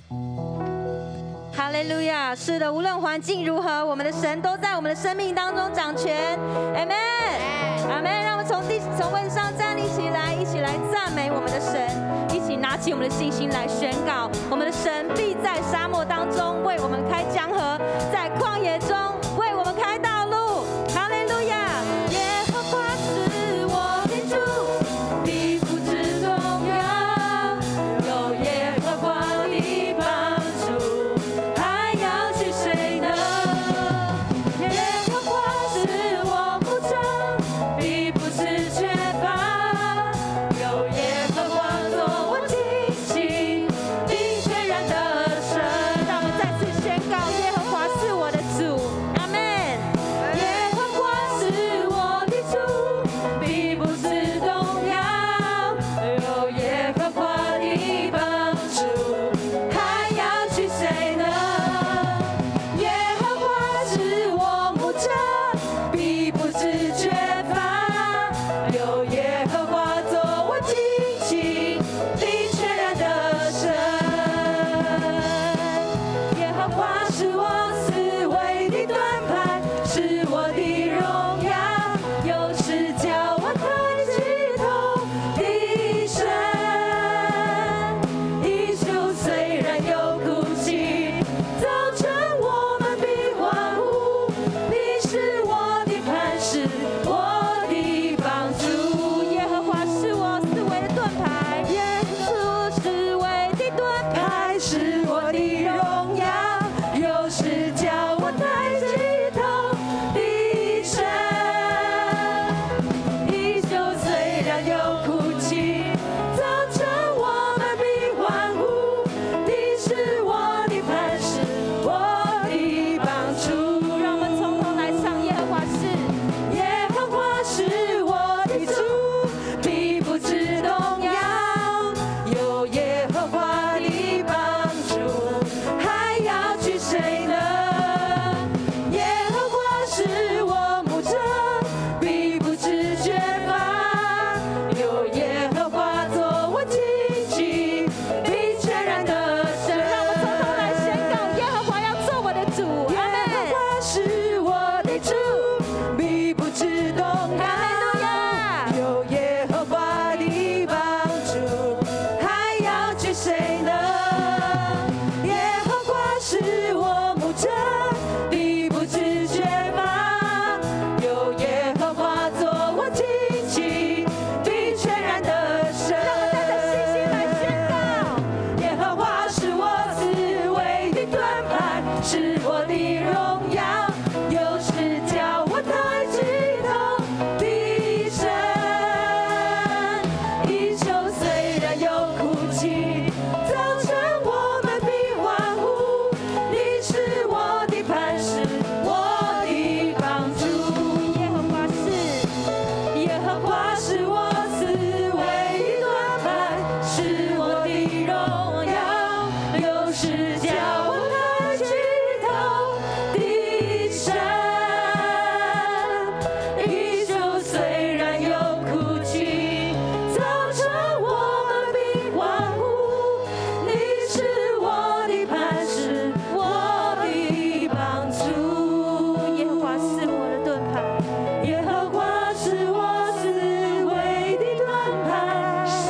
語。
哈利路亚！是的，无论环境如何，我们的神都在我们的生命当中掌权。Amen。阿门。让我们从地从位置上站立起来，一起来赞美我们的神，一起拿起我们的信心来宣告：我们的神必在沙漠当中为我们开江河，在旷野中为我们开道路。哈利路亚！耶和华是我的主，必不知动摇，有耶和华的帮助。还要去谁呢？耶和华是我牧者，必不是缺乏。有耶和华做我提醒，并全然的神。让我们再次宣告：耶和华是我
啊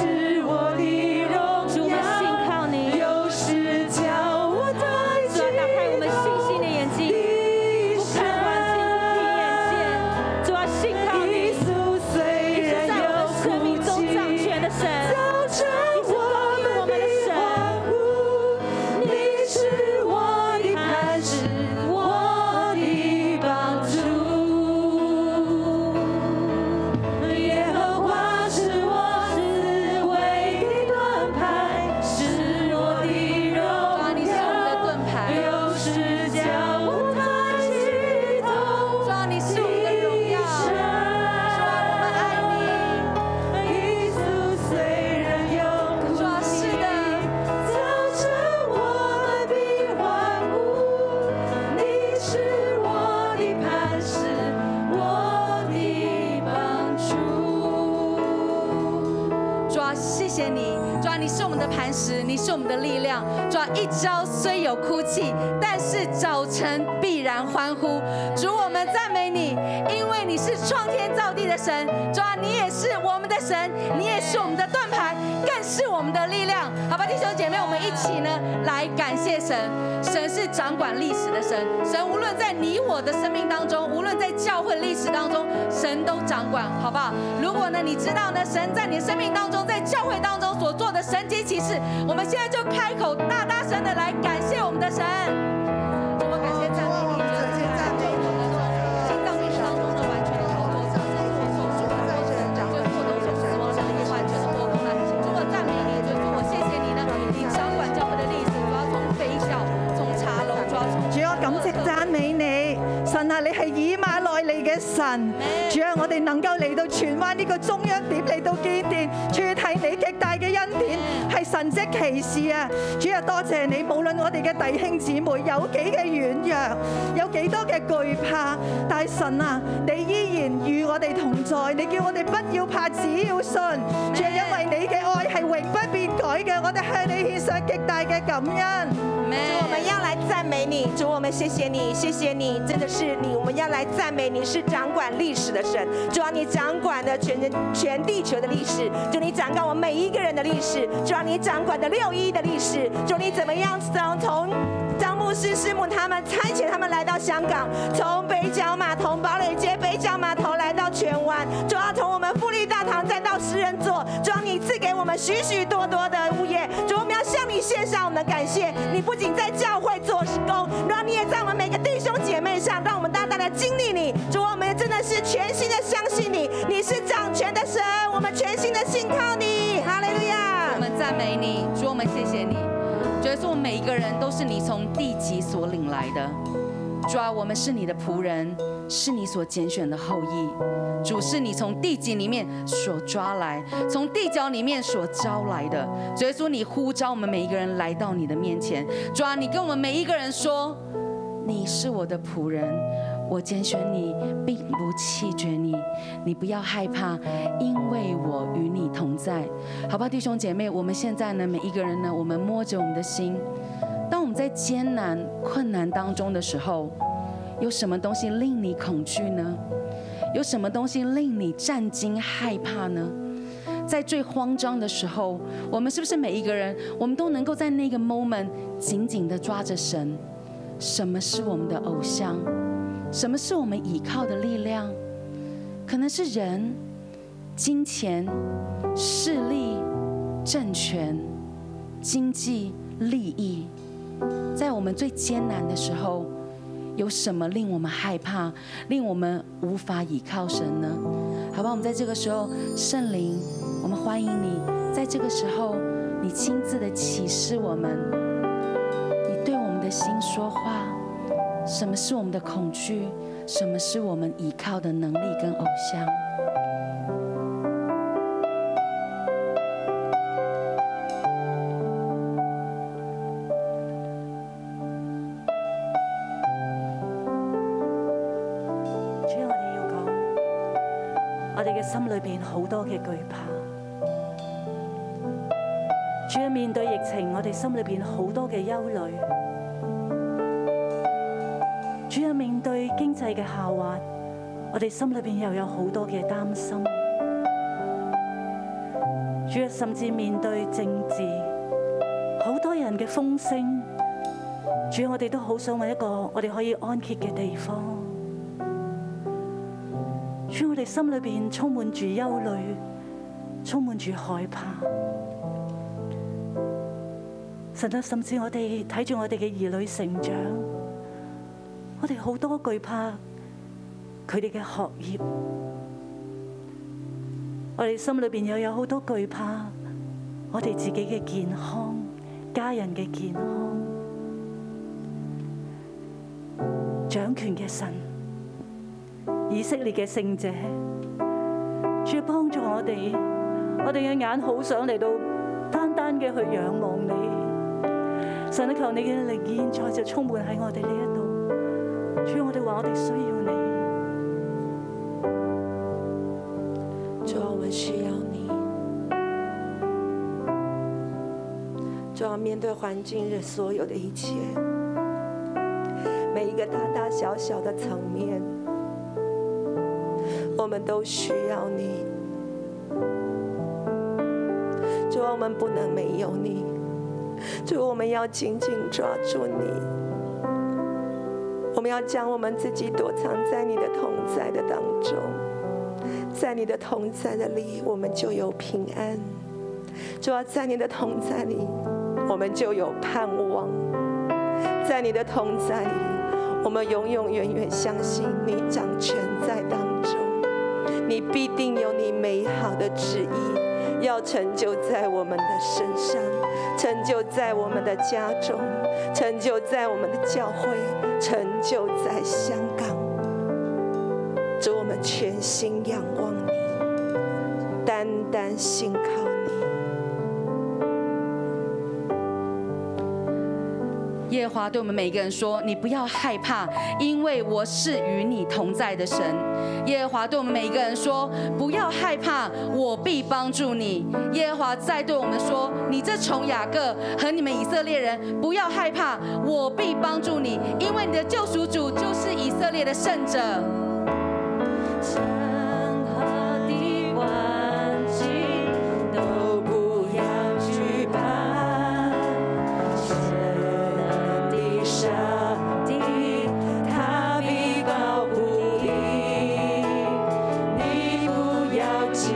谢你，主啊，你是我们的磐石，你是我们的力量。主啊，一朝虽有哭泣，但是早晨必然欢呼。主，我们赞美你，因为你是创天造地的神。主啊，你也是我们的神，你也是我们的盾牌，更是我们的力量。好吧，弟兄姐妹，我们一起呢来感谢神。神是掌管历史的神，神无论在你我的生命当中，无论在教会历史当中，神都掌管，好不好？如果呢，你知道呢，神在你的生命当中，在教会当中所做的神迹奇事，我们现在就开口大大声的来感谢我们的神。主我感谢赞美你，感谢赞美你，心脏病当中的完全的透透，神所受受的都是掌管，所都是死亡，神已完全的活过来。主我赞美你，主我谢谢你呢，你掌管教会的历史，主要从飞校，从茶楼，主要从。
主啊，感謝讚美你，神啊，你係以馬內利嘅神。主啊，我哋能夠嚟到荃灣呢個中央點嚟到見殿，全係你極大嘅恩典，係神蹟奇事啊！主啊，多謝你，無論我哋嘅弟兄姊妹有幾嘅軟弱，有幾多嘅懼怕，但係神啊，你依然與我哋同在，你叫我哋不要怕，只要信。主啊，因為你嘅愛係永不變改嘅，我哋向你獻上極大嘅感恩。
主，我们要来赞美你，主，我们谢谢你，谢谢你，真的是你，我们要来赞美你，是掌管历史的神，主啊，你掌管的全人全地球的历史，主你掌管我每一个人的历史，主啊，你掌管的六一的历史，主啊你怎么样从从。张牧师、师母他们差遣他们来到香港，从北角码头、堡垒街、北角码头来到荃湾，主要从我们富丽大堂再到诗人座，主要你赐给我们许许多多的物业，主我们要向你献上我们的感谢。你不仅在教会做工，主要你也在我们每个弟兄姐妹上，让我们大大的经历你。主，我们真的是全心的相信你，你是掌权的神，我们全心的信靠你。哈利路亚
啊我。们赞美你，主，我们谢谢你。主耶稣，我们每一个人都是你从地级所领来的。主啊，我们是你的仆人，是你所拣选的后裔。主是你从地级里面所抓来，从地角里面所招来的。主耶稣，你呼召我们每一个人来到你的面前。主啊，你跟我们每一个人说，你是我的仆人，我拣选你，并不弃绝你。你不要害怕，因为我与你同在。好吧，弟兄姐妹，我们现在呢，每一个人呢，我们摸着我们的心，当我们在艰难困难当中的时候，有什么东西令你恐惧呢？有什么东西令你战惊害怕呢？在最慌张的时候，我们是不是每一个人，我们都能够在那个 moment 紧紧地抓着神？什么是我们的偶像？什么是我们倚靠的力量？可能是人、金钱、势力、政权、经济利益，在我们最艰难的时候，有什么令我们害怕，令我们无法倚靠神呢？好吧，我们在这个时候，圣灵，我们欢迎你，在这个时候，你亲自的启示我们，你对我们的心说话，什么是我们的恐惧，什么是我们倚靠的能力跟偶像。
主，我哋要講，我哋嘅心裏邊好多嘅懼怕。主要面對疫情，我哋心裏邊好多嘅憂慮。主要面對經濟嘅下滑，我哋心裏邊又有好多嘅擔心。主要啊甚至面對政治，好多人嘅風聲。主啊要我哋都好想揾一個我哋可以安歇嘅地方。主，我哋心裏边充滿住憂慮，充滿住害怕。神啊，甚至我哋睇住我哋嘅兒女成長，我哋好多懼怕佢哋嘅學業，我哋心裏边又有好多懼怕我哋自己嘅健康、家人嘅健康、掌權嘅神。以色列嘅聖者，主要幫助我哋，我哋嘅眼好想嚟到單單嘅去仰望你。神啊，求你嘅靈現在就充滿喺我哋呢一度。主要我哋話我哋需要你。
主啊，我们需要你，主要面对环境的所有的一切，每一个大大小小的层面，我们都需要你。主啊，我们不能没有你。主，啊我们要紧紧抓住你。我们要将我们自己躲藏在你的同在的当中，在你的同在的里，我们就有平安。主要在你的同在里，我们就有盼望；在你的同在里，我们永永远远相信你掌权在当中，你必定有你美好的旨意要成就在我们的身上，成就在我们的家中，成就在我们的教会，成就在香港。主，我们全心仰望你，单单信靠你。
耶和华对我们每一个人说：“你不要害怕，因为我是与你同在的神。”耶和华对我们每一个人说：“不要害怕，我必帮助你。”耶和华再对我们说：“你这虫雅各和你们以色列人，不要害怕，我必帮助你，因为你的救赎主就是以色列的圣者。”
山河的万境都不要惧怕，神的上帝他必保护你，你不要惊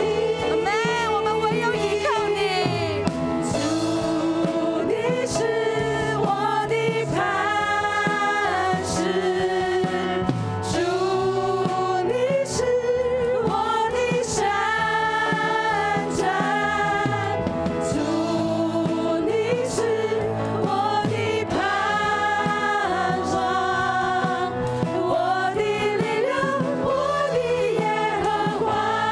阿妹，我们唯有依靠你。
主，你是我的磐石，主，你是我的山寨，主，你是我的盼望，我的力量，我的耶和华。主，你是我的磐石，主，你是我的山寨，主，你是我的盼望，我的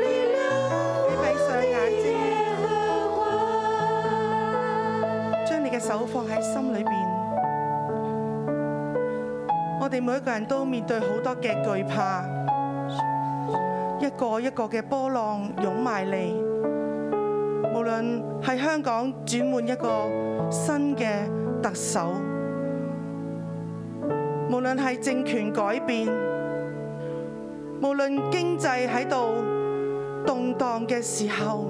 力量，
闭上眼睛，
耶和华。
將你嘅手放喺心裏邊。我哋每一個人都面對好多嘅懼怕，一個一個嘅波浪湧埋嚟。無論係香港轉換一個新嘅特首，無論係政權改變，無論經濟喺度動盪嘅時候。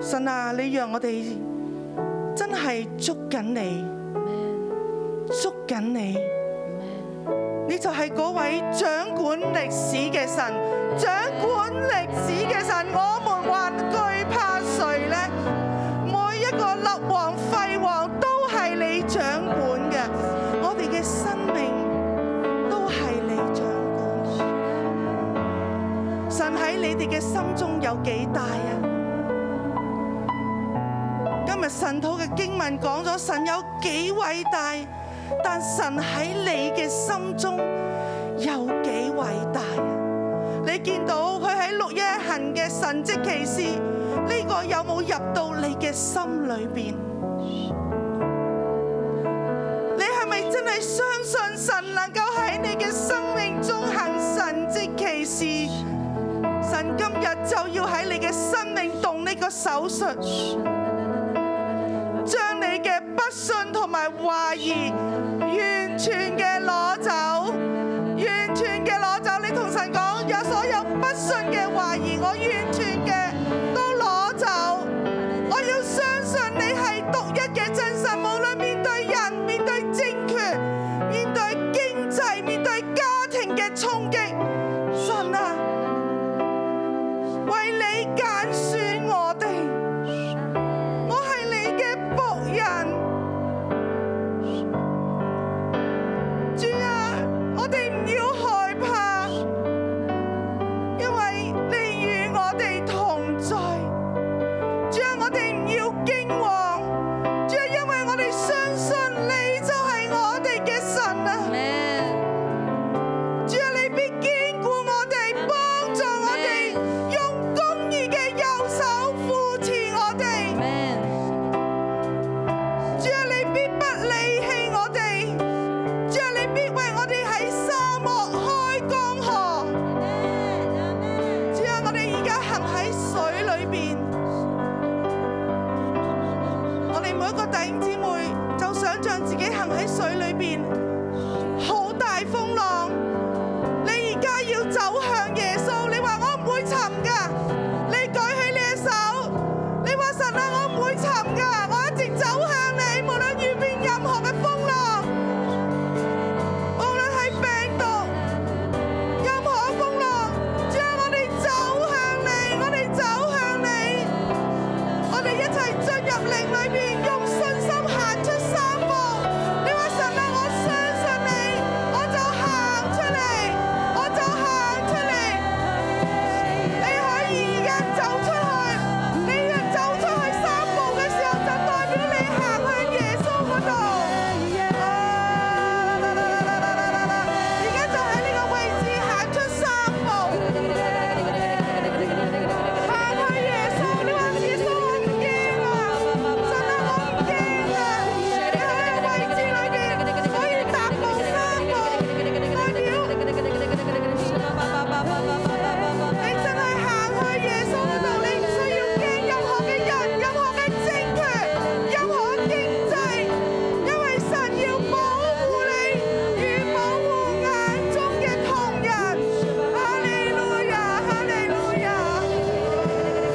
神啊，你讓我哋真係捉緊你，捉緊你。你就係嗰位掌管歷史嘅神，掌管歷史嘅神，我們還懼怕誰呢？每一個立王廢王都係你掌管嘅，我哋嘅生命都係你掌管。神喺你哋嘅心中有幾大啊？今日神土嘅經文講咗神有幾偉大，但神喺你嘅心中有幾偉大啊？你見到佢喺六一行嘅神蹟奇事，呢、個有冇入到你嘅心裏邊？你係咪真係相信神能夠喺你嘅生命中行神蹟奇事？神今日就要喺你嘅生命動呢個手術。將你嘅不信同埋懷疑完全嘅攞走，完全嘅攞走。你同啊啊啊行喺水裏邊，好大風浪。你而家要走向耶穌，你話我唔會沉噶，你舉起你嘅手，你話神啊，我唔會沉噶，我一直走向你，無論遇見任何嘅風浪，無論係病毒。任何風浪，主啊，我哋走向你，我哋走向你，我哋一齊進入靈裏邊，用信心行出三步。你話神啊，我相信你，我就行出嚟，我就行出嚟。你可以而家走出去，你一走出去三步嘅時候，就代表你行去耶穌嗰度。而家就喺呢個位置行出三步，行去耶穌。你話耶穌我唔驚啊，神啊我唔啊驚啊！你喺呢個位置裏邊可以踏步三步，代表你真係行去耶穌嗰度，你唔需要驚任何嘅人、任何嘅政權、任何經濟，因為神要保護你，與保護眼中嘅瞳人。哈利路亞，哈利路亞。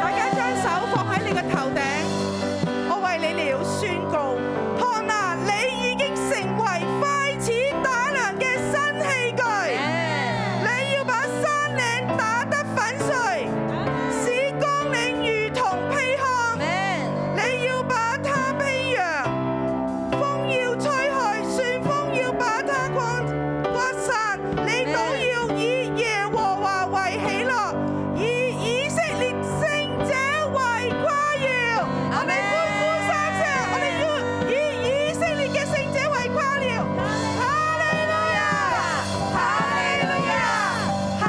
大家將手放喺你嘅頭頂，我為你哋要宣告，看啊，你已經成為快似打量嘅新器具，你要把山嶺打得粉碎，使江嶺如同披糠，你要把它披揚，風要吹去，旋風要把它刮刮散，你都要以耶和華為喜樂。以以色列聖者為誇耀，我哋歡呼三聲，我哋要以以色列嘅聖者為誇耀。哈利路亞，哈利路亞，哈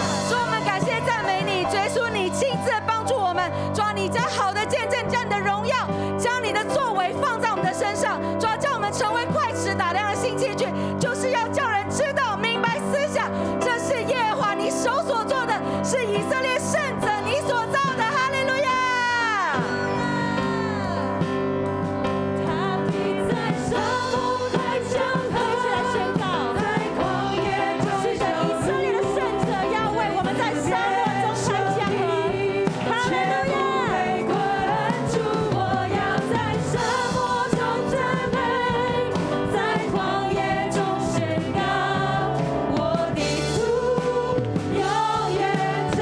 利路亞。
主，啊我们感谢赞美你，耶稣，你亲自帮助我们，主啊，你将好的见证，将你的荣耀，将你的作为放在我们的身上，主啊，叫我们成为快尺打量的新器具，就是要叫人知道明白思想，这是耶和华你手所做的，是以色列圣者你所造的，哈利路亚。他必在沙漠开疆开疆宣告，在旷野中是的，以色列的圣者要为我们在沙漠中开疆和。哈利路亚！我要在沙漠中赞美，在旷野中宣告，我的主永远掌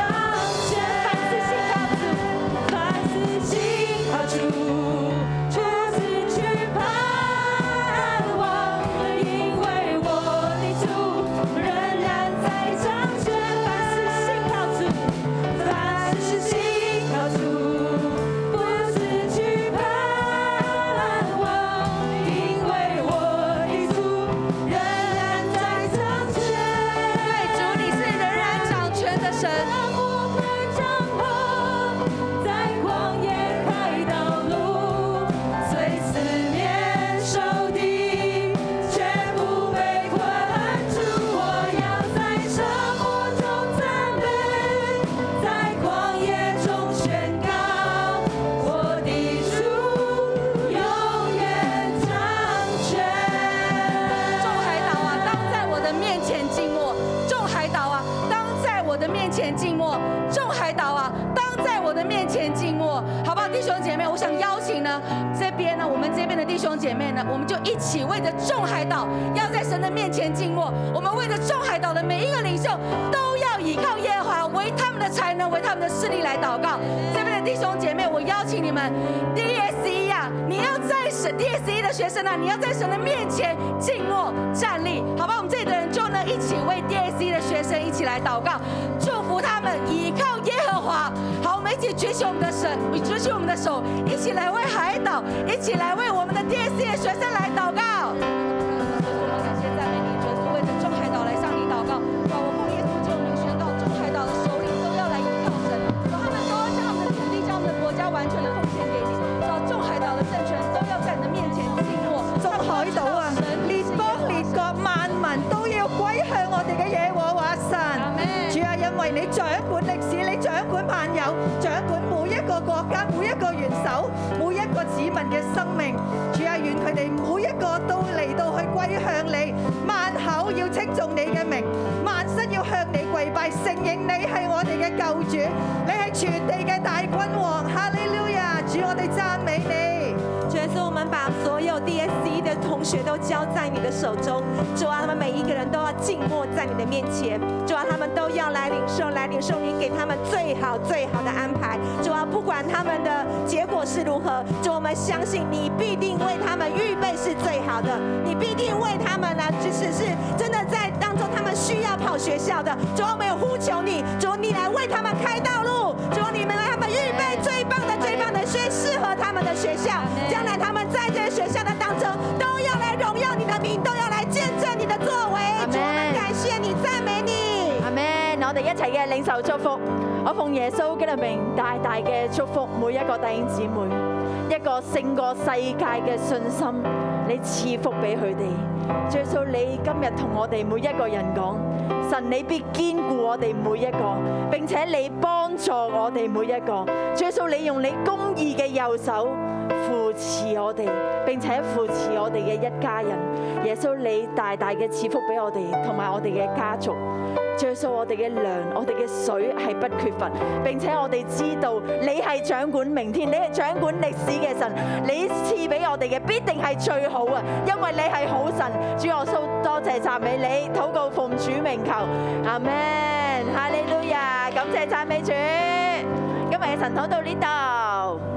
啊弟兄姐妹呢，我们就一起为着众海岛，要在神的面前静默。我们为着众海岛的每一个领袖，都要倚靠耶和华，为他们的才能，为他们的势力来祷告。这边的弟兄姐妹，我邀请你们，DSE 啊，你要在神 DSE 的学生啊，你要在神的面前静默站立，好吧？我们这里的人就呢，一起为 DSE 的学生一起来祷告，祝福他们倚靠耶和华。好，我们一起举起我们的神，举起我们的手，一起来为海岛，一起来为我们的 DSE 的学生来祷告。感谢赞美你，主耶稣，为着众海岛来向你祷告。主啊，我奉耶稣救名宣告，众海岛的首领都要来依靠神，主啊，他们都要将他们的土地、将他们的国家完全的奉献给你。主啊，众海岛的政权都要在你的面前静默。
众海島啊，列邦列國萬民都要歸向我哋嘅耶和華神。主啊，因為你掌管歷史，你掌管萬有，掌管每一個國家、每一個元首、每一個子民嘅生命。主啊，願佢哋每一個都嚟到去歸向你，萬口要稱頌你嘅名，萬膝要向你跪拜，承認你係我哋嘅救主，你係全地嘅大君王。哈利路亞！主，我哋讚美你。
主耶稣，我们把所有 DSE 的同学都交在你的手中。主啊，他们每一个人都要静默在你的面前。主啊，他们都要来领受，来领受你给他们最好最好的安排。主啊，不管他们的结果是如何，主，我们相信你必定为他们预备是最好的，你必定为他们呢，即使是真的在当中他们需要跑学校的，主啊，我们有呼求你，主你来为他们开道路，主你们为他们预备最棒的、最棒的最适合他们的学校。将来他们在这个学校的当中，都要来荣耀你的名，都要来见证你的作为。主，我们感谢你，赞美你。
阿 Man，我哋一齊嘅領受祝福。我奉耶穌基督名，大大嘅祝福每一個弟兄姊妹，一個勝過世界嘅信心，你賜福俾佢哋。最數你今日同我哋每一個人講，神你必堅固我哋每一個，並且你幫助我哋每一個。最數你用你公義嘅右手扶持我哋，並且扶持我哋嘅一家人。耶穌你大大嘅賜福俾我哋，同埋我哋嘅家族。最數我哋嘅糧，我哋嘅水係不缺乏，並且我哋知道你係掌管明天，你係掌管歷史嘅神，你賜俾我哋嘅必定係最好啊！因為你係好神，主耶穌多謝讚美你，禱告奉主名求，阿門，哈利路亞，感謝讚美主，今日嘅神禱到呢度。